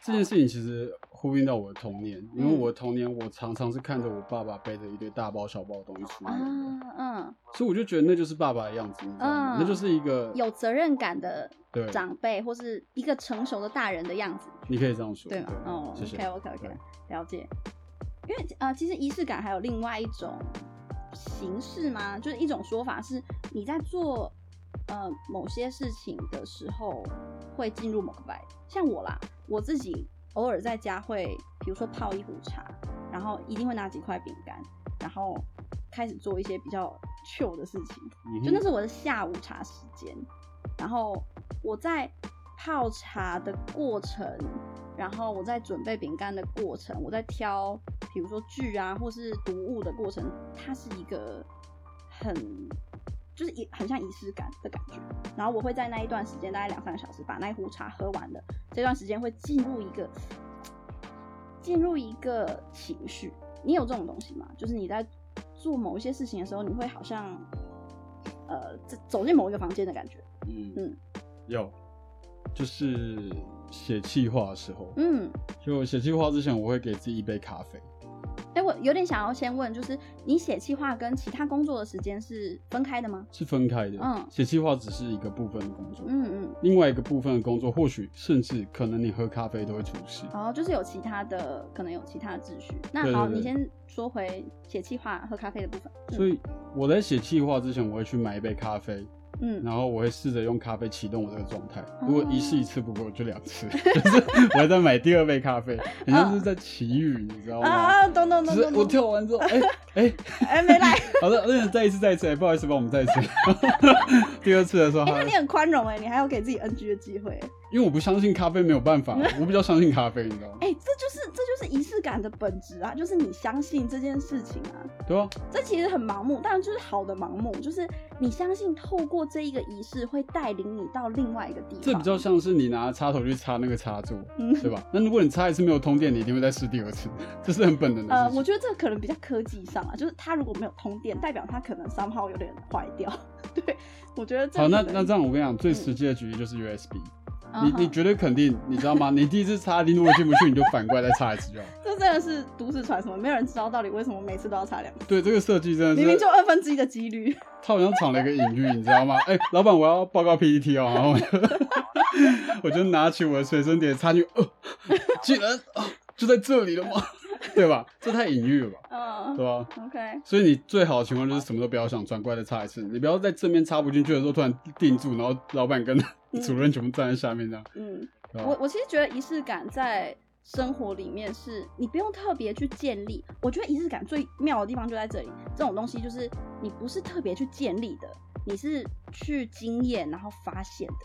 Speaker 3: 这件事情其实呼应到我的童年，因为
Speaker 2: 嗯
Speaker 3: 我的童年我常常是看着我爸爸背着一堆大包小包的东西出
Speaker 2: 啊
Speaker 3: 门的，，
Speaker 2: 嗯，
Speaker 3: 所以我就觉得那就是爸爸的样子，你知道吗？
Speaker 2: 嗯
Speaker 3: 那就是一个
Speaker 2: 有责任感的
Speaker 3: 对，
Speaker 2: 长辈或是一个成熟的大人的样子，
Speaker 3: 你可以这样说，啊
Speaker 2: 对吗？哦
Speaker 3: 谢谢。
Speaker 2: ，OK OK OK，
Speaker 3: 对
Speaker 2: 了解。因为呃，其实仪式感还有另外一种形式嘛，就是一种说法是你在做呃某些事情的时候会进入某个 vibe。像我啦，我自己偶尔在家会，比如说泡一壶茶，然后一定会拿几块饼干，然后开始做一些比较 chill 的事情。
Speaker 3: 嗯哼
Speaker 2: 就那是我的下午茶时间。然后我在泡茶的过程，然后我在准备饼干的过程，我在挑比如说剧啊或是读物的过程，它是一个很就是一很像仪式感的感觉。然后我会在那一段时间，大概两三个小时，把那一壶茶喝完的这段时间，会进入一个进入一个情绪。你有这种东西吗？就是你在做某一些事情的时候，你会好像呃这走进某一个房间的感觉。
Speaker 3: 嗯
Speaker 2: 嗯
Speaker 3: 有，就是写气话的时候，
Speaker 2: 嗯，
Speaker 3: 就写气话之前，我会给自己一杯咖啡。
Speaker 2: 哎、我有点想要先问，就是你写企划跟其他工作的时间是分开的吗？
Speaker 3: 是分开的，
Speaker 2: 嗯
Speaker 3: 写计划只是一个部分的工作，
Speaker 2: 嗯
Speaker 3: 另外一个部分的工作，或许甚至可能你喝咖啡都会出事。
Speaker 2: 嗯，哦，就是有其他的，可能有其他的秩序。那
Speaker 3: 对对
Speaker 2: 好，
Speaker 3: 对
Speaker 2: 你先说回写企划喝咖啡的部分。嗯
Speaker 3: 所以我在写计划之前，我会去买一杯咖啡，
Speaker 2: 嗯，
Speaker 3: 然后我会试着用咖啡启动我这个状态。
Speaker 2: 哦
Speaker 3: 如果一试一次不够，就两次， 就是我会再买第二杯咖啡，很像是在祈雨，你知道吗？
Speaker 2: 嗯啊，懂懂
Speaker 3: 就
Speaker 2: 懂
Speaker 3: 是
Speaker 2: 懂
Speaker 3: 我
Speaker 2: 懂，
Speaker 3: 跳完之后，哎哎，
Speaker 2: 哎，没 来。
Speaker 3: 好的，那再一次，再一次，哎，不好意思，帮我们再一次。 第二次的时候，
Speaker 2: 哎、那
Speaker 3: 他
Speaker 2: 你很宽容哎、你还要给自己 NG 的机会、欸
Speaker 3: 因为我不相信咖啡没有办法，我比较相信咖啡，你知道吗？
Speaker 2: 哎、这就是这就是仪式感的本质啊，就是你相信这件事情啊，
Speaker 3: 对啊，
Speaker 2: 这其实很盲目，但就是好的盲目，就是你相信透过这一个仪式会带领你到另外一个地方。
Speaker 3: 这比较像是你拿插头去插那个插座，
Speaker 2: 嗯
Speaker 3: 对吧？那如果你插一次没有通电，你一定会再试第二次，这是很本能的
Speaker 2: 呃，
Speaker 3: 事情。
Speaker 2: 我觉得这个可能比较科技上啊，就是它如果没有通电，代表它可能三号有点坏掉。对，我觉得这 嗯
Speaker 3: 好，那
Speaker 2: 可能
Speaker 3: 那这样我跟你讲，最实际的举例就是 USB，、
Speaker 2: 嗯嗯
Speaker 3: 你你
Speaker 2: 哼
Speaker 3: 绝对肯定，你知道吗？你第一次擦一定如果进不去，你就反过来再擦一次就好。
Speaker 2: 这真的是都市传说，没有人知道到底为什么每次都要擦两次，
Speaker 3: 对，这个设计真的是，
Speaker 2: 明明就二分之一的几率。
Speaker 3: 他好像藏了一个隐喻，你知道吗？哎、老板，我要报告 PPT 哦，然后我就我就拿起我的随身碟插进去，哦，竟然哦就在这里了吗？对吧？这太隐喻了吧，
Speaker 2: 嗯
Speaker 3: 对吧？
Speaker 2: ，OK，
Speaker 3: 所以你最好的情况就是什么都不要想，转过来再插一次。你不要在正面插不进去的时候突然定住，然后老板跟
Speaker 2: 嗯
Speaker 3: 主任全部站在下面这样。
Speaker 2: 嗯，
Speaker 3: 对吧
Speaker 2: 我我其实觉得仪式感在生活里面是你不用特别去建立，我觉得仪式感最妙的地方就在这里，这种东西就是你不是特别去建立的，你是去经验然后发现的。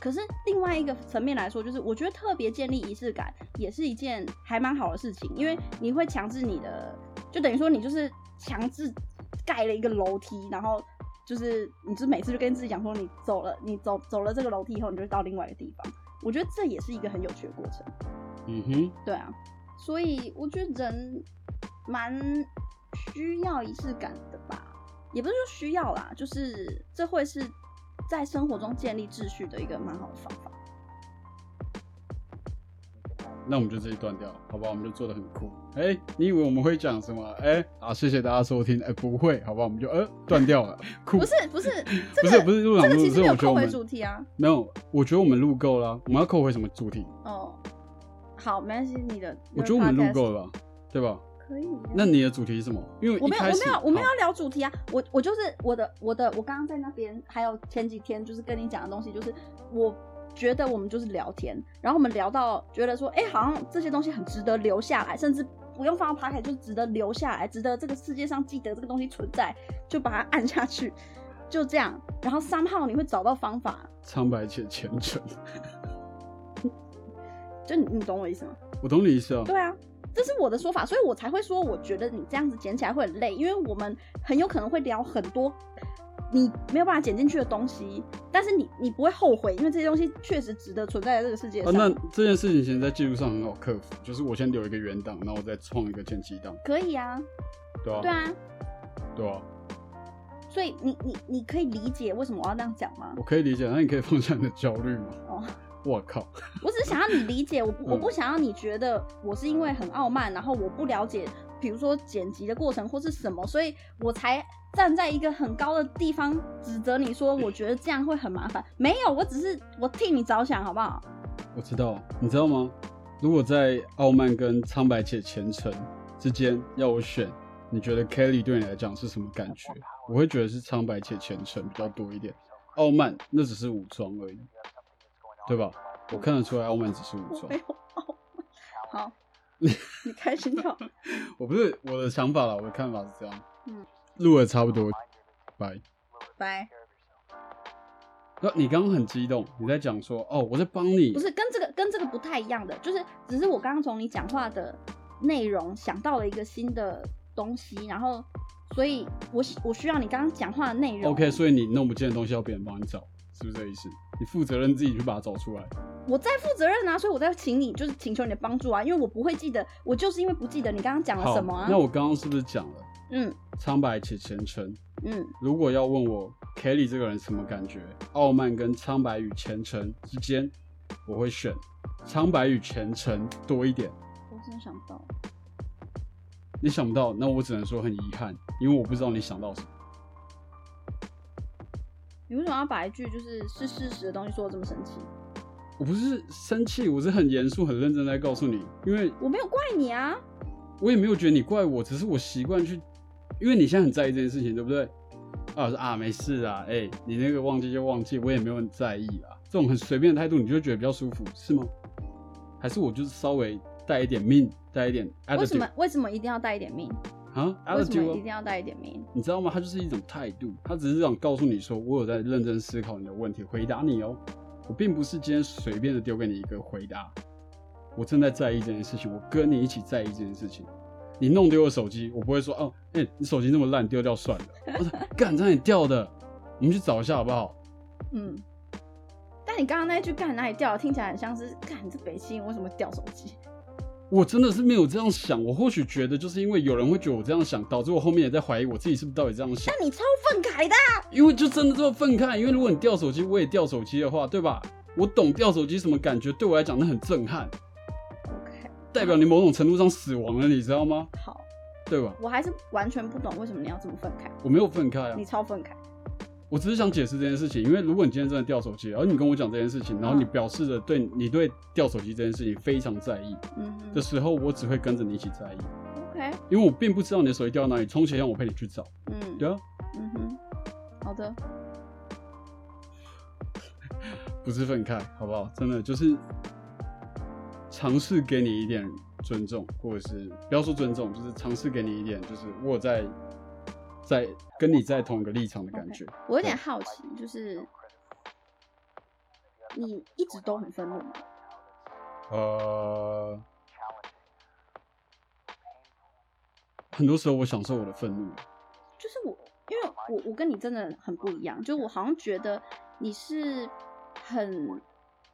Speaker 2: 可是另外一个层面来说，就是我觉得特别建立仪式感也是一件还蛮好的事情，因为你会强制你的，就等于说你就是强制盖了一个楼梯，然后就是你就每次就跟自己讲说，你走了，你走走了这个楼梯以后，你就到另外一个地方。我觉得这也是一个很有趣的过程，
Speaker 3: 嗯哼。
Speaker 2: 对啊，所以我觉得人蛮需要仪式感的吧，也不是说需要啦，就是这会是在生活中建立秩序的一个蛮好的方法。
Speaker 3: 那我们就自己断掉，好不好？我们就做的很酷。哎、你以为我们会讲什么？哎、啊，谢谢大家收听。哎、不会，好吧，我们就呃断掉了。酷，
Speaker 2: 不是不 是，这
Speaker 3: 不
Speaker 2: 个
Speaker 3: 是不是入
Speaker 2: 这
Speaker 3: 场
Speaker 2: 个
Speaker 3: 录
Speaker 2: 其
Speaker 3: 是
Speaker 2: 实没有
Speaker 3: 我觉得
Speaker 2: 扣
Speaker 3: 我
Speaker 2: 回
Speaker 3: 们
Speaker 2: 主题啊。
Speaker 3: 没有，我觉得我们录够了啊。我们要扣回什么主题？
Speaker 2: 哦，好，没关系，你的。
Speaker 3: 我觉得我们
Speaker 2: podcast
Speaker 3: 录够了吧，对吧？
Speaker 2: 可以。啊
Speaker 3: 那你的主题是什么？因为
Speaker 2: 我
Speaker 3: 一
Speaker 2: 没有，
Speaker 3: 开
Speaker 2: 我
Speaker 3: 始
Speaker 2: 没有，我没有
Speaker 3: 好
Speaker 2: 要聊主题啊！我我就是我的我的，我刚刚在那边，还有前几天就是跟你讲的东西，就是我觉得我们就是聊天，然后我们聊到觉得说，哎、好像这些东西很值得留下来，甚至不用放到 p o c a s t 就是值得留下来，值得这个世界上记得这个东西存在，就把它 按下去，就这样。然后三号你会找到方法，
Speaker 3: 苍白且虔诚。
Speaker 2: 就你你懂我意思吗？
Speaker 3: 我懂你意思啊。
Speaker 2: 对啊，这是我的说法，所以我才会说，我觉得你这样子剪起来会很累，因为我们很有可能会聊很多你没有办法剪进去的东西，但是你你不会后悔，因为这些东西确实值得存在在这个世界
Speaker 3: 啊，
Speaker 2: 上。
Speaker 3: 那这件事情其实在技术上很好克服，就是我先留一个原档，然后我再创一个前期档，
Speaker 2: 可以啊，
Speaker 3: 对吧、
Speaker 2: 对啊，
Speaker 3: 对啊，
Speaker 2: 所以你你你可以理解为什么我要这样讲吗
Speaker 3: 我？可以理解。那你可以放下你的焦虑吗？
Speaker 2: 哦，
Speaker 3: 我靠，
Speaker 2: 我只是想要你理解，我不我
Speaker 3: 嗯
Speaker 2: 不想要你觉得我是因为很傲慢，然后我不了解，比如说剪辑的过程或是什么，所以我才站在一个很高的地方指责你说，我觉得这样会很麻烦。没有，我只是我替你着想，好不好？
Speaker 3: 我知道，你知道吗？如果在傲慢跟苍白且虔诚之间要我选，你觉得 Kelly 对你来讲是什么感觉？我会觉得是苍白且虔诚比较多一点，傲慢那只是武装而已，对吧？我看得出来傲慢只是武装
Speaker 2: 没，有傲慢。好， 你开心就好。
Speaker 3: 我不是我的想法啦，我的看法是这样。
Speaker 2: 嗯，
Speaker 3: 录的差不多，拜。
Speaker 2: 拜。
Speaker 3: 那你刚刚很激动，你在讲说哦，我在帮你，
Speaker 2: 不是跟这个跟这个不太一样的，就是只是我刚刚从你讲话的内容想到了一个新的东西，然后所以我喜我需要你刚刚讲话的内容。
Speaker 3: OK，所以你弄不见的东西要别人帮你找，是不是这意思？你负责任自己去把它找出来。
Speaker 2: 我在负责任啊，所以我在请你，就是请求你的帮助啊，因为我不会记得，我就是因为不记得你刚刚讲了
Speaker 3: 好，
Speaker 2: 什么啊。
Speaker 3: 那我刚刚是不是讲了
Speaker 2: 嗯
Speaker 3: 苍白且虔诚？
Speaker 2: 嗯，
Speaker 3: 如果要问我 Kelly 这个人什么感觉，傲慢跟苍白与虔诚之间，我会选苍白与虔诚多一点。
Speaker 2: 我真的想不到，
Speaker 3: 你想不到，那我只能说很遗憾，因为我不知道你想到什么。
Speaker 2: 你为什么要把一句就是是事实的东西说的这么生气？
Speaker 3: 我不是生气，我是很严肃、很认真在告诉你，因为
Speaker 2: 我没有怪你啊，
Speaker 3: 我也没有觉得你怪我，只是我习惯去，因为你现在很在意这件事情，对不对？啊，我说啊，没事啊，哎、你那个忘记就忘记，我也没有很在意啦。这种很随便的态度，你就觉得比较舒服，是吗？还是我就是稍微带一点命，带一点
Speaker 2: 为什
Speaker 3: attitude
Speaker 2: 么为什么一定要带一点命？
Speaker 3: 啊
Speaker 2: 为什么一定
Speaker 3: ，attitude，啊
Speaker 2: 要带一点命？
Speaker 3: 你知道吗？它就是一种态度，它只是想告诉你说，我有在认真思考你的问题，回答你哦。我并不是今天随便的丢给你一个回答，我正在在意这件事情，我跟你一起在意这件事情。你弄丢了手机，我不会说哦，哎、你手机那么烂，丢掉算了。我说干，差点掉的，我们去找一下好不好？
Speaker 2: 嗯，但你刚刚那一句干哪里掉了，听起来很像是干你这北京为什么掉手机？
Speaker 3: 我真的是没有这样想，我或许觉得就是因为有人会觉得我这样想，导致我后面也在怀疑我自己是不是到底这样想
Speaker 2: 但。你超愤慨的啊，
Speaker 3: 因为就真的这么愤慨，因为如果你掉手机，我也掉手机的话，对吧？我懂掉手机什么感觉，对我来讲那很震撼，
Speaker 2: OK，
Speaker 3: 代表你某种程度上死亡了，你知道吗？
Speaker 2: 好，
Speaker 3: 对吧？
Speaker 2: 我还是完全不懂为什么你要这么愤慨，
Speaker 3: 我没有愤慨啊
Speaker 2: 你，超愤慨。
Speaker 3: 我只是想解释这件事情，因为如果你今天真的掉手机，然后你跟我讲这件事情，然后你
Speaker 2: 嗯
Speaker 3: 表示的对你对掉手机这件事情非常在意
Speaker 2: 嗯哼
Speaker 3: 的时候，我只会跟着你一起在意，
Speaker 2: ，OK，
Speaker 3: 因为我并不知道你的手机掉到哪里，充起来让我陪你去找，
Speaker 2: 嗯，
Speaker 3: 对啊，
Speaker 2: 嗯哼，好的，
Speaker 3: 不是愤慨，好不好？真的就是尝试给你一点尊重，或者是不要说尊重，就是尝试给你一点，就是我有在在跟你在同一个立场的感觉。
Speaker 2: 我有点好奇，就是你一直都很愤怒吗？
Speaker 3: 呃，很多时候我享受我的愤怒，
Speaker 2: 就是我，因为我我跟你真的很不一样，就我好像觉得你是很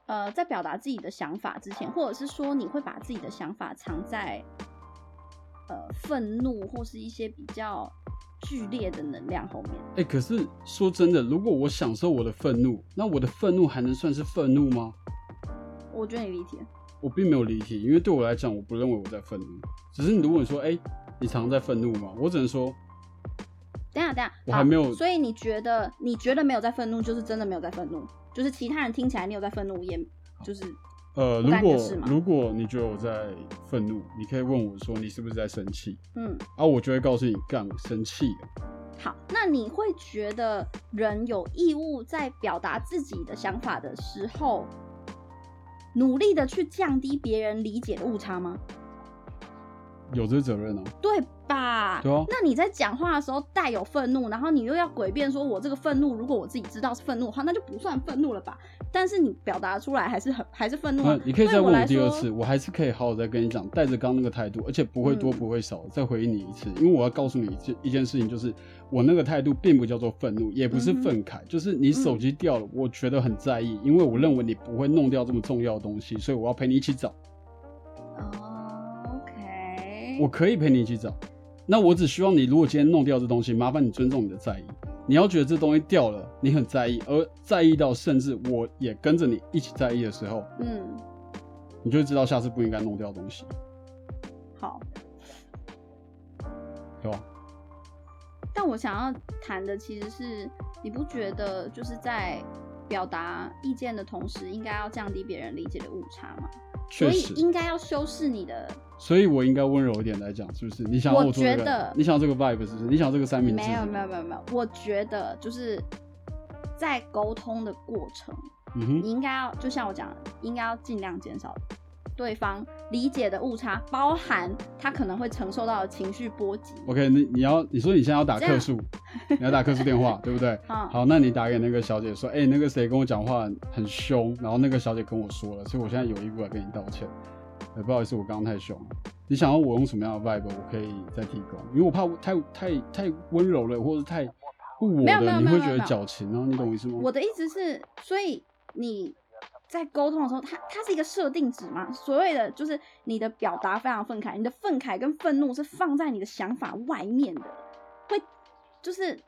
Speaker 2: 呃，在表达自己的想法之前，或者是说你会把自己的想法藏在呃愤怒或是一些比较剧烈的能量后面。
Speaker 3: 哎、可是说真的，如果我享受我的愤怒，那我的愤怒还能算是愤怒吗？
Speaker 2: 我觉得你理解，
Speaker 3: 我并没有离题，因为对我来讲，我不认为我在愤怒。只是如果你说，哎、你常常在愤怒吗？我只能说，
Speaker 2: 等一下等一下，
Speaker 3: 我
Speaker 2: 好
Speaker 3: 还没有
Speaker 2: 所以你觉得你觉得没有在愤怒，就是真的没有在愤怒，就是其他人听起来你有在愤怒，也就是
Speaker 3: 呃，
Speaker 2: 不
Speaker 3: 如
Speaker 2: 干你的事
Speaker 3: 果
Speaker 2: 嘛
Speaker 3: 如果你觉得我在愤怒，你可以问我说你是不是在生气
Speaker 2: 嗯。
Speaker 3: 啊？我就会告诉你，干，我生气了。
Speaker 2: 好，那你会觉得人有义务在表达自己的想法的时候，努力的去降低别人理解的误差吗？
Speaker 3: 有这责任啊？
Speaker 2: 对吧？
Speaker 3: 对啊
Speaker 2: 那你在讲话的时候带有愤怒，然后你又要诡辩说，我这个愤怒，如果我自己知道是愤怒的话，那就不算愤怒了吧？但是你表达出来还是很还是愤怒、啊
Speaker 3: 那你可以再
Speaker 2: 对我
Speaker 3: 问
Speaker 2: 来
Speaker 3: 我第二
Speaker 2: 说
Speaker 3: 次，我还是可以好好再跟你讲，带着刚那个态度，而且不会多
Speaker 2: 嗯
Speaker 3: 不会少，再回应你一次，因为我要告诉你一件一件事情，就是我那个态度并不叫做愤怒，也不是
Speaker 2: 嗯哼嗯
Speaker 3: 愤慨，就是你手机掉了，我觉得很在意，因为我认为你不会弄掉这么重要的东西，所以我要陪你一起找，
Speaker 2: 哦，OK，
Speaker 3: 我可以陪你一起找。那我只希望你，如果今天弄掉这东西，麻烦你尊重你的在意。你要觉得这东西掉了，你很在意，而在意到甚至我也跟着你一起在意的时候，
Speaker 2: 嗯，
Speaker 3: 你就会知道下次不应该弄掉东西，
Speaker 2: 好。
Speaker 3: 对吧？
Speaker 2: 但我想要谈的其实是，你不觉得就是在表达意见的同时，应该要降低别人理解的误差吗？所
Speaker 3: 确
Speaker 2: 以
Speaker 3: 实，
Speaker 2: 应该要修饰你的，
Speaker 3: 所以我应该温柔一点来讲，是不是？你想要
Speaker 2: 我
Speaker 3: 做这
Speaker 2: 觉
Speaker 3: 个
Speaker 2: 得，
Speaker 3: 你想要这个 vibe 是不是？你想要这个三明治
Speaker 2: 没
Speaker 3: 是
Speaker 2: 有
Speaker 3: 不是
Speaker 2: 没有，没有没有，我觉得就是在沟通的过程，
Speaker 3: 嗯
Speaker 2: 你
Speaker 3: 哼，
Speaker 2: 应该要就像我讲，的，应该要尽量减少对方理解的误差，包含他可能会承受到的情绪波及。
Speaker 3: OK，你你要你说你现在要打
Speaker 2: 这样
Speaker 3: 客诉，你要打客诉电话，对不对？
Speaker 2: 嗯
Speaker 3: 好，那你打给那个小姐说，哎、那个谁跟我讲话很凶，然后那个小姐跟我说了，所以我现在有义务来跟你道歉。呃不好意思，我刚刚太凶了。你想要我用什么样的 vibe，我可以再提供，因为我怕我太太太温柔了，或者太护我
Speaker 2: 没有没
Speaker 3: 的，
Speaker 2: 有
Speaker 3: 你
Speaker 2: 没有没有
Speaker 3: 会觉得
Speaker 2: 没有
Speaker 3: 矫情啊，你懂我意思吗？
Speaker 2: 我的意思是，所以你在沟通的时候，它它是一个设定值嘛？所谓的就是你的表达非常愤慨，你的愤慨跟愤怒是放在你的想法外面的，会就是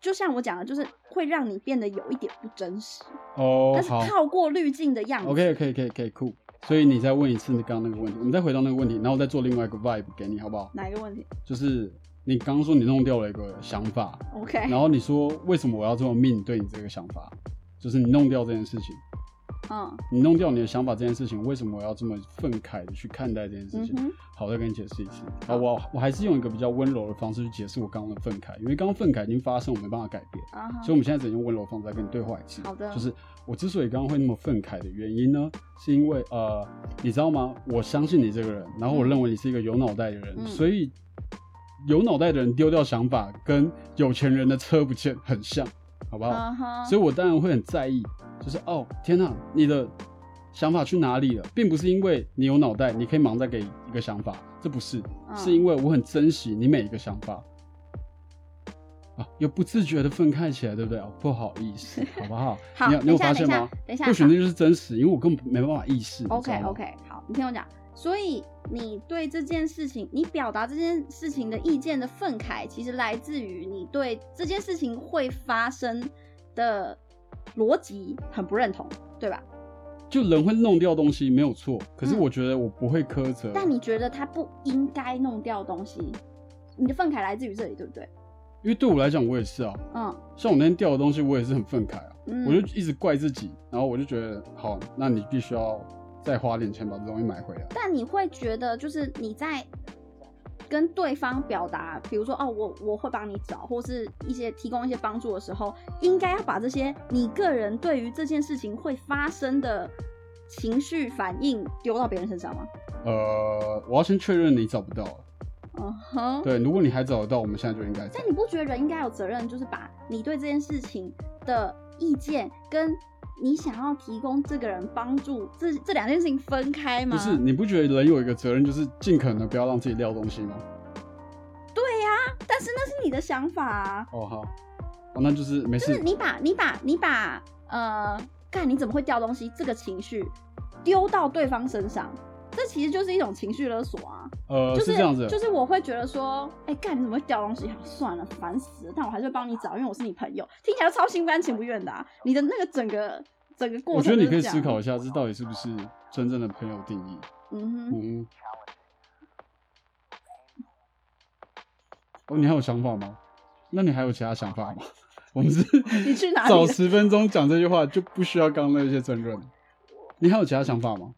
Speaker 2: 就像我讲的，就是会让你变得有一点不真实，
Speaker 3: 哦
Speaker 2: 但，是
Speaker 3: 好，
Speaker 2: 套过滤镜的样子。
Speaker 3: OK，可以，可以，可以，酷。所以你再问一次你刚刚那个问题，我们再回到那个问题，然后我再做另外一个 vibe 给你，好不好？
Speaker 2: 哪一个问题
Speaker 3: 就是你刚刚说你弄掉了一个想法，
Speaker 2: ？OK，
Speaker 3: 然后你说为什么我要这么命对你这个想法？就是你弄掉这件事情，
Speaker 2: 嗯
Speaker 3: 你弄掉你的想法这件事情，为什么我要这么愤慨的去看待这件事
Speaker 2: 嗯
Speaker 3: 情？
Speaker 2: 哼，
Speaker 3: 好，再跟你解释一次。啊，我我还是用一个比较温柔的方式去解释我刚刚的愤慨，因为刚刚愤慨已经发生，我没办法改变。
Speaker 2: 啊哈
Speaker 3: 所以，我们现在只能用温柔方式来跟你对话一次。
Speaker 2: 好的
Speaker 3: 就是我之所以刚刚会那么愤慨的原因呢，是因为呃，你知道吗？我相信你这个人，然后我
Speaker 2: 嗯
Speaker 3: 认为你是一个有脑袋的人，
Speaker 2: 嗯
Speaker 3: 所以有脑袋的人丢掉想法跟有钱人的车不见很像，好不好？
Speaker 2: 啊哈，
Speaker 3: 所以我当然会很在意，就是哦，天哪，你的想法去哪里了？并不是因为你有脑袋，你可以忙着给一个想法，这不是，
Speaker 2: 嗯
Speaker 3: 是因为我很珍惜你每一个想法。啊，又不自觉的愤慨起来，对不对？哦，不好意 思，好不好？
Speaker 2: 好
Speaker 3: 你有你
Speaker 2: 等
Speaker 3: 有发
Speaker 2: 一下
Speaker 3: 现吗？
Speaker 2: 等一下等一下
Speaker 3: 或许那就是真实，因为我根本没办法意识。你知道
Speaker 2: OK
Speaker 3: 吗
Speaker 2: OK，好，你听我讲。所以你对这件事情，你表达这件事情的意见的愤慨，其实来自于你对这件事情会发生的逻辑很不认同，对吧？
Speaker 3: 就人会弄掉东西没有错，可是
Speaker 2: 嗯
Speaker 3: 我觉得我不会苛责。
Speaker 2: 但你觉得他不应该弄掉东西，你的愤慨来自于这里，对不对？
Speaker 3: 因为对我来讲，我也是啊，
Speaker 2: 嗯
Speaker 3: 像我那天掉的东西，我也是很愤慨啊，
Speaker 2: 嗯，
Speaker 3: 我就一直怪自己，然后我就觉得好，那你必须要再花点钱把这东西买回来。
Speaker 2: 但你会觉得，就是你在跟对方表达，比如说哦，我我会帮你找，或是一些提供一些帮助的时候，应该要把这些你个人对于这件事情会发生的情绪反应丢到别人身上吗？
Speaker 3: 呃，我要先确认你找不到了，
Speaker 2: 嗯哼。
Speaker 3: 对，如果你还找得到，我们现在就应该走
Speaker 2: 但。你不觉得人应该有责任，就是把你对这件事情的意见跟你想要提供这个人帮助这这两件事情分开吗？
Speaker 3: 不是，你不觉得人有一个责任，就是尽可能不要让自己撂东西吗？
Speaker 2: 但是那是你的想法啊。
Speaker 3: 哦，好，哦，那就是没
Speaker 2: 就是
Speaker 3: 事，
Speaker 2: 你把你把你把呃，干你怎么会掉东西这个情绪丢到对方身上，这其实就是一种情绪勒索啊。
Speaker 3: 呃，
Speaker 2: 就是
Speaker 3: 这样子，
Speaker 2: 就是我会觉得说，哎、干你怎么会掉东西？算了，烦死了，但我还是会帮你找，因为我是你朋友。听起来就超心甘情不愿的、啊，你的那个整个整个过
Speaker 3: 我
Speaker 2: 程，
Speaker 3: 觉得你可以思考一。下，这到底是不是真正的朋友定义？
Speaker 2: 嗯哼，
Speaker 3: 嗯。哦，你还有想法吗？那你还有其他想法吗？ 我们是
Speaker 2: 你去哪里
Speaker 3: 早
Speaker 2: 了
Speaker 3: 十分钟讲这句话就不需要刚刚那些争论。你还有其他想法吗？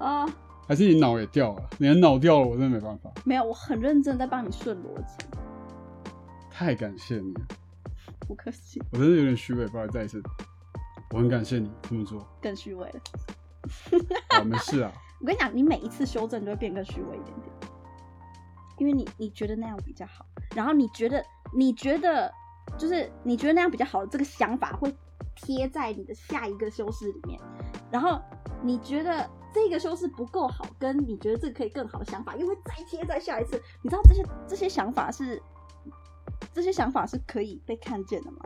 Speaker 3: 嗯
Speaker 2: 啊、
Speaker 3: 还是你脑也掉了？你的脑掉了，我真的没办法。
Speaker 2: 没有，我很认真地在帮你顺逻辑，
Speaker 3: 太感谢你了，
Speaker 2: 不客气，
Speaker 3: 我真的有点虚伪，不好意思，再一次，我很感谢你这么做。
Speaker 2: 更虚伪了。
Speaker 3: 啊，没事啊，
Speaker 2: 我跟你讲，你每一次修正就会变更虚伪一点点，因为你你觉得那样比较好，然后你觉得你觉得就是你觉得那样比较好的这个想法会贴在你的下一个修饰里面，然后你觉得这个修饰不够好，跟你觉得这个可以更好的想法又会再贴在下一次，你知道这些这些想法是这些想法是可以被看见的吗？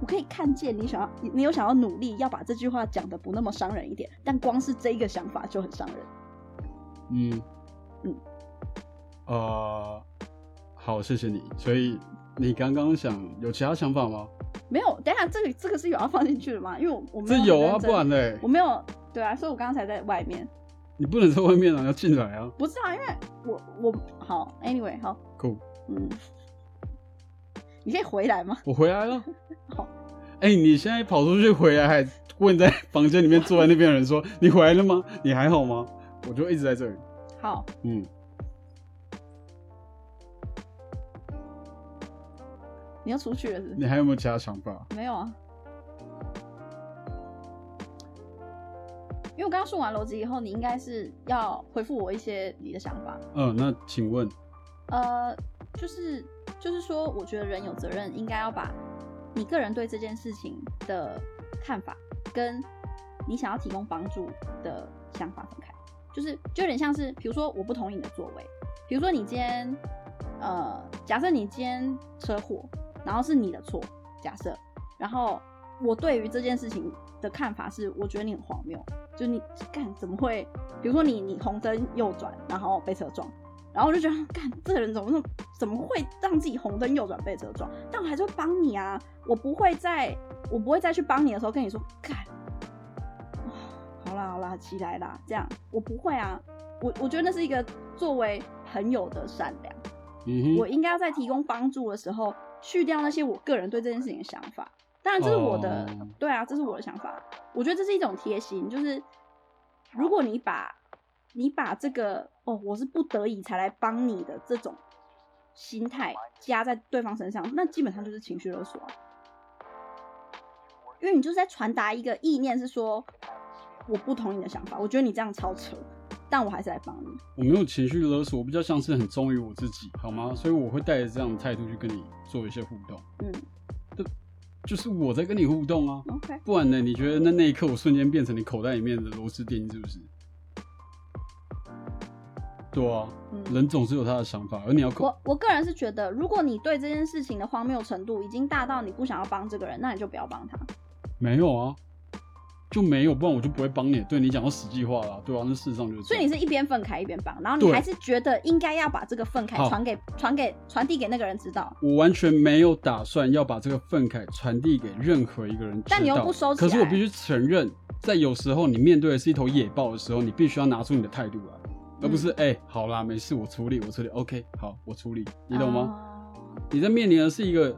Speaker 2: 我可以看见你想要，你你有想要努力要把这句话讲的不那么伤人一点，但光是这一个想法就很伤人。
Speaker 3: 嗯，
Speaker 2: 嗯，
Speaker 3: 呃，好，谢谢你。所以你刚刚想有其他想法吗？
Speaker 2: 没有，等一下这个这个是有要放进去的吗？因为我我没
Speaker 3: 这
Speaker 2: 有
Speaker 3: 有
Speaker 2: 很
Speaker 3: 啊，
Speaker 2: 认真
Speaker 3: 不然嘞
Speaker 2: 我，没有对啊，所以我刚刚才在外面，
Speaker 3: 你不能在外面啊，要进来啊。
Speaker 2: 不是啊，因为我我好，anyway 好，
Speaker 3: 酷，
Speaker 2: 嗯，你可以回来吗？
Speaker 3: 我回来了
Speaker 2: 好。
Speaker 3: 哎、你现在跑出去回来，还问在房间里面坐在那边的人说：“你回来了吗？你还好吗？”我就一直在这里。
Speaker 2: 好，
Speaker 3: 嗯，
Speaker 2: 你要出去了是不
Speaker 3: 你
Speaker 2: 是？
Speaker 3: 还有没有其他想法？
Speaker 2: 没有啊，因为我刚刚顺完逻辑以后，你应该是要回复我一些你的想法。
Speaker 3: 嗯，那请问，
Speaker 2: 呃，就是就是说，我觉得人有责任应该要把你个人对这件事情的看法，跟你想要提供帮助的想法分开，就是就有点像是，比如说我不同意你的作为，比如说你今天呃，假设你今天车祸，然后是你的错，假设，然后我对于这件事情的看法是，我觉得你很荒谬，就你干怎么会？比如说你你红灯右转，然后被车撞，然后我就觉得，干这个人怎么那么怎么会让自己红灯右转被车撞？但我还是会帮你啊，我不会再我不会再去帮你的时候跟你说，干，啊好啦好啦，起来啦，这样我不会啊，我我觉得那是一个作为朋友的善良。
Speaker 3: 嗯
Speaker 2: 我
Speaker 3: 哼，
Speaker 2: 应该要在提供帮助的时候，去掉那些我个人对这件事情的想法。当然，这是我的
Speaker 3: 哦
Speaker 2: 对啊，这是我的想法。我觉得这是一种贴心，就是如果你把你把这个哦，我是不得已才来帮你的这种心态加在对方身上，那基本上就是情绪勒索啊、因为你就是在传达一个意念，是说我不同意你的想法，我觉得你这样超扯，但我还是来帮你。
Speaker 3: 我没有情绪勒索，我比较像是很忠于我自己，好吗？所以我会带着这样的态度去跟你做一些互动，
Speaker 2: 嗯
Speaker 3: 就是我在跟你互动啊。
Speaker 2: ，OK，
Speaker 3: 不然呢？你觉得那那一刻我瞬间变成你口袋里面的螺丝钉，是不是？对啊，
Speaker 2: 嗯。
Speaker 3: 人总是有他的想法，而你要控
Speaker 2: 我我个人是觉得，如果你对这件事情的荒谬程度已经大到你不想要帮这个人，那你就不要帮他。
Speaker 3: 没有啊？就没有，不然我就不会帮你。对你讲到实际话了，对啊，那事实上就是这
Speaker 2: 所以
Speaker 3: 样。
Speaker 2: 你是一边愤慨一边帮，然后你
Speaker 3: 对
Speaker 2: 还是觉得应该要把这个愤慨
Speaker 3: 好
Speaker 2: 传给传给传递给那个人知道，
Speaker 3: 我完全没有打算要把这个愤慨传递给任何一个人知道。
Speaker 2: 但你又不收起来
Speaker 3: 可是我必须承认，在有时候你面对的是一头野豹的时候，你必须要拿出你的态度来，
Speaker 2: 嗯
Speaker 3: 而不是哎、好啦，没事，我处理，我处理，OK，好，我处理，你懂吗？
Speaker 2: 哦？
Speaker 3: 你在面临的是一个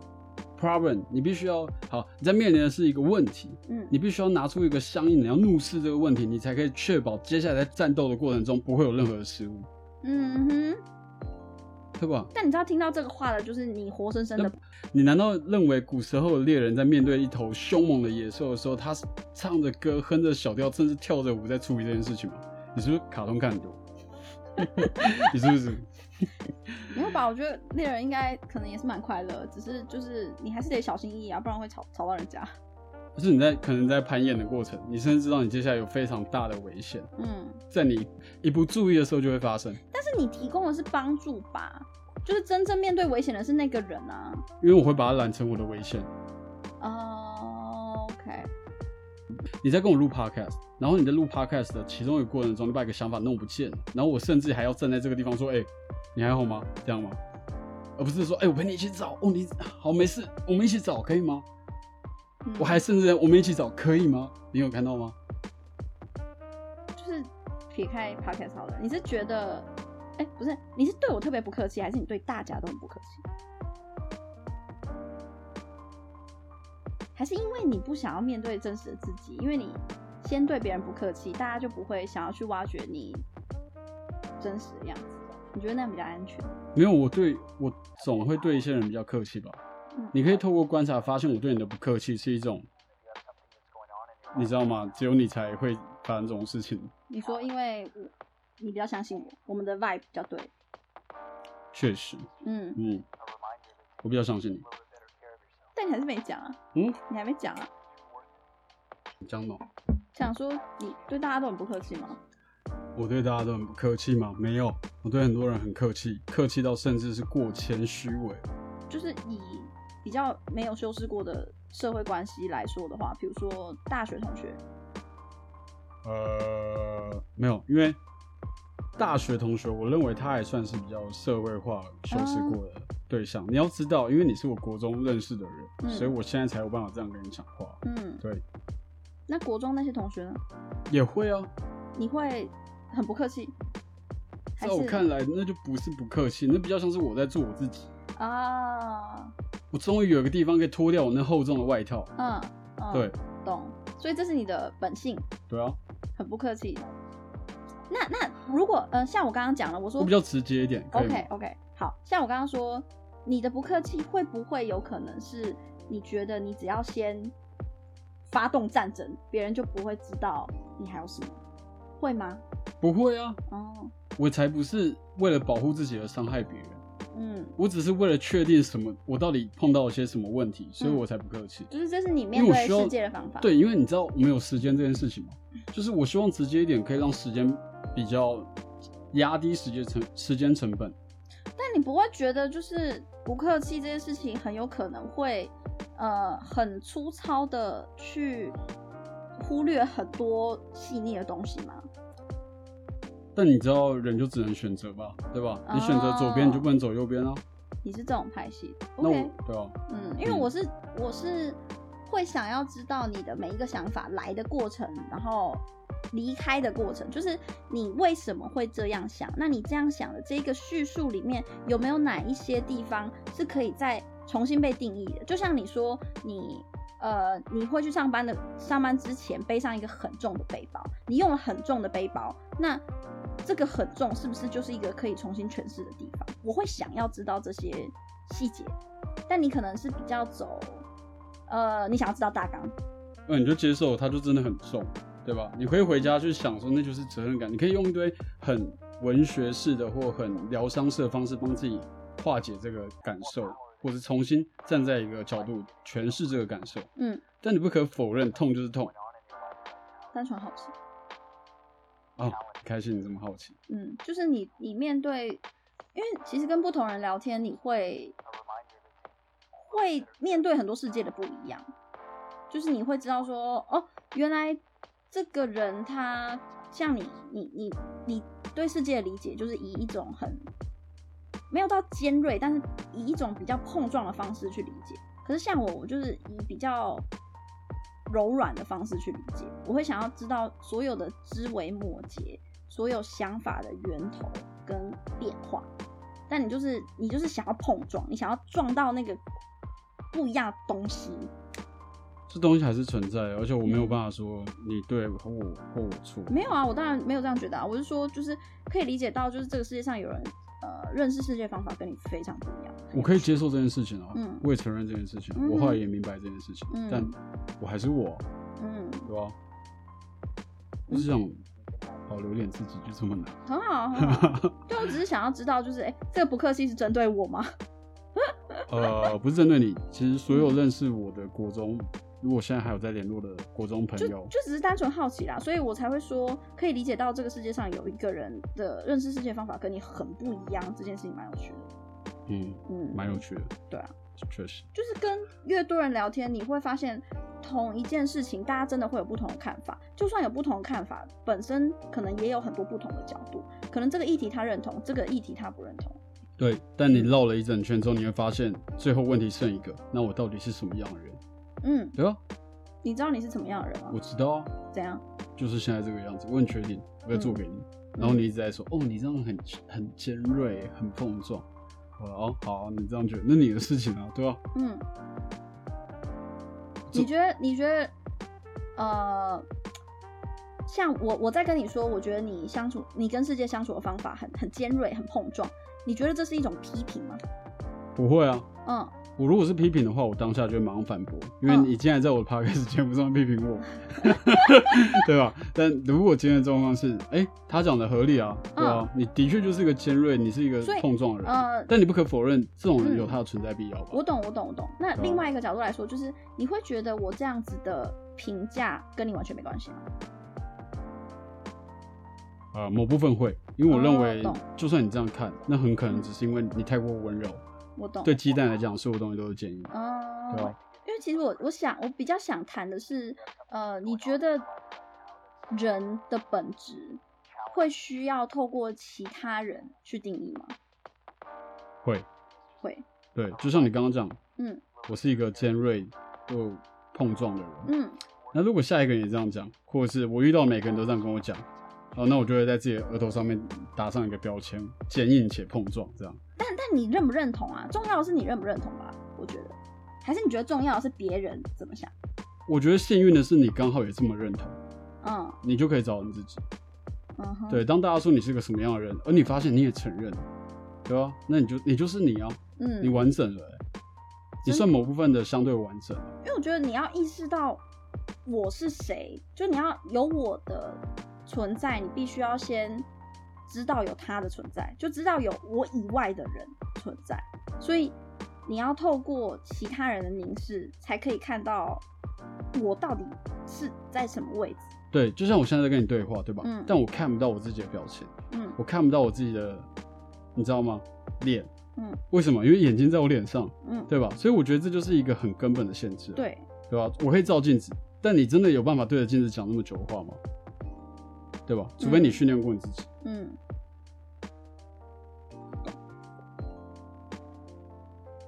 Speaker 3: problem，你必须要好，你在面临的是一个问题，
Speaker 2: 嗯，
Speaker 3: 你必须要拿出一个相应，你要怒视这个问题，你才可以确保接下来在战斗的过程中不会有任何的失误，
Speaker 2: 嗯哼，
Speaker 3: 对吧？
Speaker 2: 但你知道听到这个话的，就是你活生生的，
Speaker 3: 你难道认为古时候的猎人在面对一头凶猛的野兽的时候，他是唱着歌、哼着小调，甚至跳着舞在处理这件事情吗？ 你是不是卡通看很多？ 你是不是？
Speaker 2: 没有吧？我觉得猎人应该可能也是蛮快乐，只是就是你还是得小心翼翼啊，不然会吵吵到人家。
Speaker 3: 就是你在可能在攀岩的过程，你甚至知道你接下来有非常大的危险，
Speaker 2: 嗯，
Speaker 3: 在你一不注意的时候就会发生。
Speaker 2: 但是你提供的是帮助吧，就是真正面对危险的是那个人啊。
Speaker 3: 因为我会把它染成我的危险。
Speaker 2: 哦、o k
Speaker 3: 你在跟我录 podcast，然后你在录 podcast 的其中一个过程中，你把一个想法弄不见，然后我甚至还要站在这个地方说：“哎、你还好吗？”这样吗？而不是说：“哎、我陪你一起找哦，你好没事，我们一起找可以吗？”
Speaker 2: 嗯
Speaker 3: 我还甚至我们一起找可以吗？你有看到吗？
Speaker 2: 就是撇开 podcast 好了，你是觉得，哎、不是，你是对我特别不客气，还是你对大家都很不客气？还是因为你不想要面对真实的自己，因为你先对别人不客气，大家就不会想要去挖掘你真实的样子。你觉得那样比较安全？
Speaker 3: 没有，我对我总会对一些人比较客气吧。
Speaker 2: 嗯
Speaker 3: 你可以透过观察发现，我对你的不客气是一种，你知道吗？只有你才会发生这种事情。
Speaker 2: 你说，因为我你比较相信我，我们的 vibe 比较对。
Speaker 3: 确实，
Speaker 2: 嗯，
Speaker 3: 嗯，我比较相信你。
Speaker 2: 但你还是没讲啊。
Speaker 3: 嗯，
Speaker 2: 你还没讲啊？
Speaker 3: 你这样弄。
Speaker 2: 想说你对大家都很不客气吗？
Speaker 3: 我对大家都很不客气吗？没有，我对很多人很客气，客气到甚至是过谦虚伪。
Speaker 2: 就是以比较没有修饰过的社会关系来说的话，比如说大学同学，
Speaker 3: 呃，没有，因为大学同学，我认为他还算是比较社会化、修饰过
Speaker 2: 啊
Speaker 3: 的对象。你要知道，因为你是我国中认识的人，
Speaker 2: 嗯
Speaker 3: 所以我现在才有办法这样跟你讲话。
Speaker 2: 嗯，
Speaker 3: 对，
Speaker 2: 那国中那些同学呢，
Speaker 3: 也会啊，
Speaker 2: 你会很不客气，还
Speaker 3: 在
Speaker 2: 是
Speaker 3: 我看来，那就不是不客气，那比较像是我在做我自己。
Speaker 2: 啊，
Speaker 3: 我终于有一个地方可以脱掉我那厚重的外套。
Speaker 2: 嗯，嗯
Speaker 3: 对，
Speaker 2: 懂，所以这是你的本性，
Speaker 3: 对啊，
Speaker 2: 很不客气。那那如果呃，像我刚刚讲了，我说
Speaker 3: 我比较直接一点，可以吗
Speaker 2: OK OK，好像我刚刚说，你的不客气会不会有可能是你觉得你只要先发动战争，别人就不会知道你还有什么，会吗？
Speaker 3: 不会啊，
Speaker 2: 哦，
Speaker 3: 我才不是为了保护自己而伤害别人，
Speaker 2: 嗯，
Speaker 3: 我只是为了确定什么，我到底碰到了些什么问题，所以
Speaker 2: 嗯
Speaker 3: 我才不客气。
Speaker 2: 就是这是你
Speaker 3: 因
Speaker 2: 面
Speaker 3: 为我
Speaker 2: 对
Speaker 3: 需要
Speaker 2: 世界的方法。，
Speaker 3: 对，因为你知道我们有时间这件事情嘛，就是我希望直接一点，可以让时间比较压低时间成时间成本。
Speaker 2: 但你不会觉得就是不客气这件事情很有可能会呃很粗糙的去忽略很多细腻的东西吗？
Speaker 3: 但你知道人就只能选择吧，对吧？
Speaker 2: 哦
Speaker 3: 你选择左边，你就不能走右边啊。
Speaker 2: 你是这种派系的
Speaker 3: 那
Speaker 2: ，OK？
Speaker 3: 我对啊，
Speaker 2: 嗯，因为
Speaker 3: 嗯
Speaker 2: 我是我是会想要知道你的每一个想法来的过程，然后离开的过程，就是你为什么会这样想？那你这样想的这个叙述里面有没有哪一些地方是可以再重新被定义的？就像你说你。呃，你会去上班的，上班之前背上一个很重的背包，你用了很重的背包，那这个很重是不是就是一个可以重新诠释的地方？我会想要知道这些细节，但你可能是比较走，呃，你想要知道大纲，
Speaker 3: 那你就接受，它就真的很重，对吧？你可以回家去想说，那就是责任感。你可以用一堆很文学式的或很疗伤式的方式，帮自己化解这个感受，或是重新站在一个角度诠释这个感受。
Speaker 2: 嗯，
Speaker 3: 但你不可否认，痛就是痛
Speaker 2: 单纯好奇，
Speaker 3: 啊、开心你这么好奇，
Speaker 2: 嗯，就是你你面对，因为其实跟不同人聊天，你会会面对很多世界的不一样，就是你会知道说，哦，原来这个人他像你，你你你对世界的理解就是以一种很没有到尖锐，但是以一种比较碰撞的方式去理解。可是像我，我就是以比较柔软的方式去理解，我会想要知道所有的枝微末节，所有想法的源头跟变化。但你就是你就是想要碰撞，你想要撞到那个不一样的东西，
Speaker 3: 这东西还是存在的，而且我没有办法说你对或我或我错。
Speaker 2: 没有啊，我当然没有这样觉得啊。我是说，就是可以理解到，就是这个世界上有人呃认识世界方法跟你非常不一样。
Speaker 3: 我可以接受这件事情啊，
Speaker 2: 嗯
Speaker 3: 我也承认这件事情啊，
Speaker 2: 嗯哼
Speaker 3: 我后来也明白这件事情，
Speaker 2: 嗯
Speaker 3: 但我还是我，
Speaker 2: 嗯，
Speaker 3: 对吧？嗯我只想保留点自己，就这么难。
Speaker 2: 很好，很好。对，我只是想要知道，就是哎、诶这个不客气是针对我吗？
Speaker 3: 呃，不是针对你，其实所有认识我的国中，如果现在还有在联络的国中朋
Speaker 2: 就
Speaker 3: 友，
Speaker 2: 就只是单纯好奇啦，所以我才会说可以理解到这个世界上有一个人的认识世界方法跟你很不一样，这件事情蛮有趣的。
Speaker 3: 嗯，
Speaker 2: 嗯，
Speaker 3: 蛮有趣的，
Speaker 2: 对啊，
Speaker 3: 确实。
Speaker 2: 就是跟越多人聊天，你会发现同一件事情，大家真的会有不同的看法。就算有不同的看法，本身可能也有很多不同的角度。可能这个议题他认同，这个议题他不认同。
Speaker 3: 对，但你绕了一整圈之后，你会发现最后问题剩一个，那我到底是什么样的人？
Speaker 2: 嗯，
Speaker 3: 对啊，
Speaker 2: 你知道你是什么样的人吗
Speaker 3: 我？知道啊，
Speaker 2: 怎样？
Speaker 3: 就是现在这个样子，我很确定，我在做给你。
Speaker 2: 嗯
Speaker 3: 然后你一直在说，哦，你这样很很尖锐，很碰撞。我说哦，好啊、你这样觉得，那你的事情啊，对吧、
Speaker 2: 嗯，
Speaker 3: 这
Speaker 2: 你觉得？你觉得？呃，像我我在跟你说，我觉得你相处，你跟世界相处的方法很很尖锐，很碰撞。你觉得这是一种批评吗？
Speaker 3: 不会啊，
Speaker 2: 嗯，
Speaker 3: 我如果是批评的话，我当下就会马上反驳，因为
Speaker 2: 嗯
Speaker 3: 你竟然在我的 podcast 节目上批评 我，对吧？但如果今天的状况是，哎、他讲的合理啊，对啊，你的确就是一个尖锐，你是一个
Speaker 2: 嗯所以
Speaker 3: 碰撞的人，
Speaker 2: 呃，
Speaker 3: 但你不可否认，这种人
Speaker 2: 嗯
Speaker 3: 有他的存在必要吧？
Speaker 2: 我懂，我懂，我懂。那
Speaker 3: 对啊
Speaker 2: 另外一个角度来说，就是你会觉得我这样子的评价跟你完全没关系吗？
Speaker 3: 呃，某部分会，因为我认为
Speaker 2: 哦懂，
Speaker 3: 就算你这样看，那很可能
Speaker 2: 嗯
Speaker 3: 只是因为你太过温柔。
Speaker 2: 我懂。
Speaker 3: 对鸡蛋来讲，所有东西都是建议。
Speaker 2: 哦、
Speaker 3: 对啊
Speaker 2: 因为其实我我想我比较想谈的是，呃，你觉得人的本质会需要透过其他人去定义吗？
Speaker 3: 会，
Speaker 2: 会，
Speaker 3: 对，就像你刚刚讲，
Speaker 2: 嗯
Speaker 3: 我是一个尖锐又碰撞的人。
Speaker 2: 嗯
Speaker 3: 那如果下一个人也这样讲，或者是我遇到每个人都这样跟我讲，哦，那我就会在自己的额头上面打上一个标签，坚硬且碰撞这样。
Speaker 2: 但但你认不认同啊？重要的是你认不认同吧？我觉得，还是你觉得重要的是别人怎么想？
Speaker 3: 我觉得幸运的是，你刚好也这么认同，
Speaker 2: 嗯
Speaker 3: 你就可以找到你自己。
Speaker 2: 嗯哼，
Speaker 3: 对，当大家说你是个什么样的人，而你发现你也承认，对啊，那你就你就是你啊，
Speaker 2: 嗯，
Speaker 3: 你完整了欸、你算某部分的相对完整。
Speaker 2: 因为我觉得你要意识到我是谁，就你要有我的存在，你必须要先知道有他的存在，就知道有我以外的人存在，所以你要透过其他人的凝视，才可以看到我到底是在什么位置。
Speaker 3: 对，就像我现在在跟你对话，对吧？
Speaker 2: 嗯
Speaker 3: 但我看不到我自己的表情，
Speaker 2: 嗯
Speaker 3: 我看不到我自己的，你知道吗？脸。
Speaker 2: 嗯。
Speaker 3: 为什么？因为眼睛在我脸上。
Speaker 2: 嗯，
Speaker 3: 对吧？所以我觉得这就是一个很根本的限制，啊
Speaker 2: 对，
Speaker 3: 对吧？我可以照镜子，但你真的有办法对着镜子讲那么久的话吗？对吧？除非你训练过你自己。
Speaker 2: 嗯。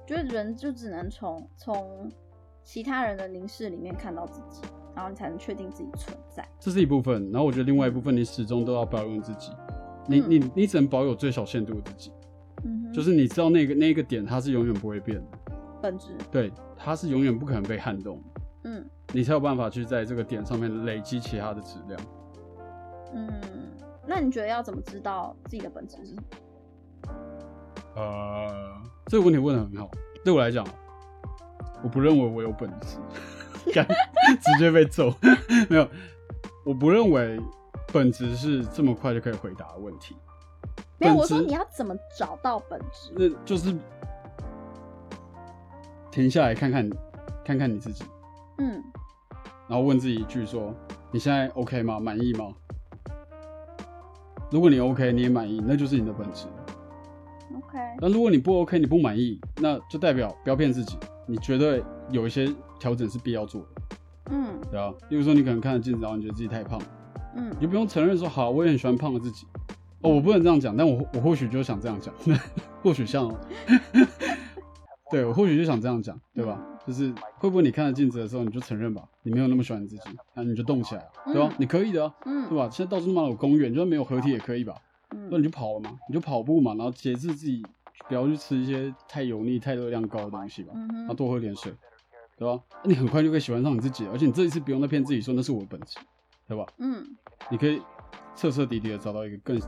Speaker 2: 觉得人就只能从从其他人的凝视里面看到自己，然后你才能确定自己存在。
Speaker 3: 这是一部分，然后我觉得另外一部分，你始终都要保有自己，你你你只能保有最小限度的自己，
Speaker 2: 嗯哼，
Speaker 3: 就是你知道那个那个点它是永远不会变的，
Speaker 2: 本质。
Speaker 3: 对，它是永远不可能被撼动，
Speaker 2: 嗯
Speaker 3: 你才有办法去在这个点上面累积其他的质量。
Speaker 2: 嗯，那你觉得要怎么知道自己的本质是什么？
Speaker 3: 呃，这个问题问的很好。对我来讲，我不认为我有本质，干 直接被揍。没有，我不认为本质是这么快就可以回答的问题。
Speaker 2: 没有，
Speaker 3: 本
Speaker 2: 我说
Speaker 3: 质
Speaker 2: 你要怎么找到本质？
Speaker 3: 那就是停下来看看，看看你自己，
Speaker 2: 嗯
Speaker 3: 然后问自己一句说：你现在 OK 吗？满意吗？如果你 OK，你也满意，那就是你的本质。
Speaker 2: ，OK，
Speaker 3: 那如果你不 OK，你不满意，那就代表不要骗自己，你觉得有一些调整是必要做的。
Speaker 2: 嗯
Speaker 3: 对啊。例如说，你可能看了镜子，然后你觉得自己太胖，
Speaker 2: 嗯
Speaker 3: 你就不用承认说好，我也很喜欢胖的自己。哦，我不能这样讲，但我我或许就想这样讲， 或许像、哦，对我或许就想这样讲，对吧？就是会不会你看着镜子的时候，你就承认吧，你没有那么喜欢你自己，那你就动起来了，对吧、
Speaker 2: 嗯
Speaker 3: 你可以的啊，
Speaker 2: 嗯，
Speaker 3: 对吧？现在到处嘛有公园，就算没有合体也可以吧，那你
Speaker 2: 嗯
Speaker 3: 就跑了嘛，你就跑步嘛，然后节制自己，不要去吃一些太油腻、太热量高的东西吧，
Speaker 2: 嗯
Speaker 3: 然后
Speaker 2: 哼，
Speaker 3: 多喝点水，对吧？你很快就可以喜欢上你自己了，而且你这一次不用再骗自己说那是我的本质，对吧？
Speaker 2: 嗯，
Speaker 3: 你可以彻彻底底的找到一个更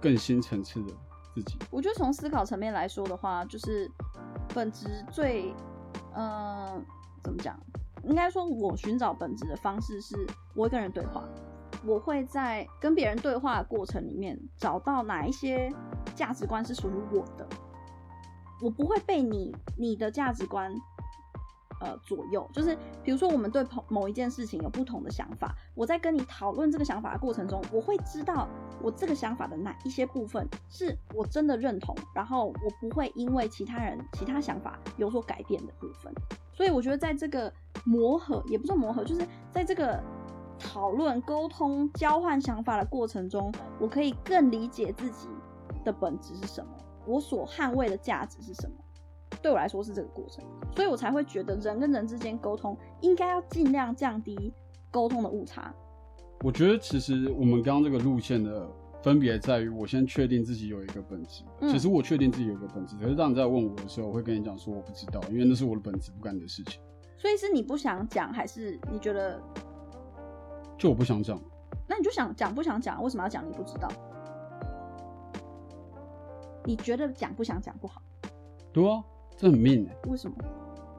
Speaker 3: 更新层次的自己。
Speaker 2: 我觉得从思考层面来说的话，就是本质最，呃，怎么讲？应该说，我寻找本质的方式是我会跟人对话，我会在跟别人对话的过程里面找到哪一些价值观是属于我的，我不会被你你的价值观呃左右。就是比如说，我们对某某一件事情有不同的想法，我在跟你讨论这个想法的过程中，我会知道我这个想法的哪一些部分是我真的认同，然后我不会因为其他人其他想法有所改变的部分。所以我觉得在这个磨合，也不算磨合，就是在这个讨论、沟通、交换想法的过程中，我可以更理解自己的本质是什么，我所捍卫的价值是什么。对我来说是这个过程，所以我才会觉得人跟人之间沟通应该要尽量降低沟通的误差。
Speaker 3: 我觉得其实我们刚刚这个路线的分别在于，我先确定自己有一个本质。
Speaker 2: 嗯
Speaker 3: 其实我确定自己有一个本质，可是当你在问我的时候，我会跟你讲说我不知道，因为那是我的本质，不干你的事情。
Speaker 2: 所以是你不想讲，还是你觉得？
Speaker 3: 就我不想讲，
Speaker 2: 那你就想讲不想讲？为什么要讲？你不知道？你觉得讲不想讲不好？
Speaker 3: 对啊，这很命、欸。
Speaker 2: 为什么？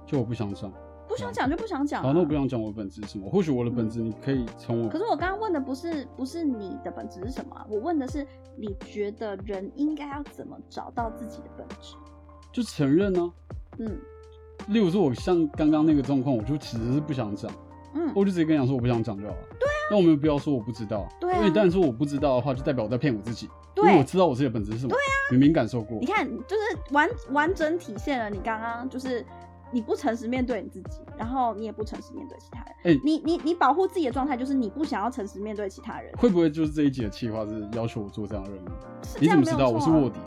Speaker 3: 就我不想讲，
Speaker 2: 不想啊讲就不想讲、啊。
Speaker 3: 嗯好，那我不想讲我的本质是什么。或许我的本质你可以从我
Speaker 2: 可是我刚刚问的不是不是你的本质是什么啊、我问的是你觉得人应该要怎么找到自己的本质？
Speaker 3: 就承认呢、
Speaker 2: 嗯
Speaker 3: 例如说，我像刚刚那个状况，我就其实是不想讲。
Speaker 2: 嗯，
Speaker 3: 我就直接跟你讲说我不想讲就好了。对啊，那我没有必要说我不知道。
Speaker 2: 对啊
Speaker 3: 因为但说我不知道的话，就代表我在骗我自己。
Speaker 2: 对
Speaker 3: 因为我知道我自己的本质是什么。对啊，明明感受过
Speaker 2: 你。看，就是完完整体现了你刚刚就是你不诚实面对你自己，然后你也不诚实面对其他人。
Speaker 3: 哎
Speaker 2: 你你你保护自己的状态就是你不想要诚实面对其他人，
Speaker 3: 会不会就是这一集的企划是要求我做这样的任务？
Speaker 2: 是这
Speaker 3: 你
Speaker 2: 样
Speaker 3: 怎
Speaker 2: 没
Speaker 3: 么
Speaker 2: 有
Speaker 3: 知
Speaker 2: 错、啊
Speaker 3: 道我是卧底？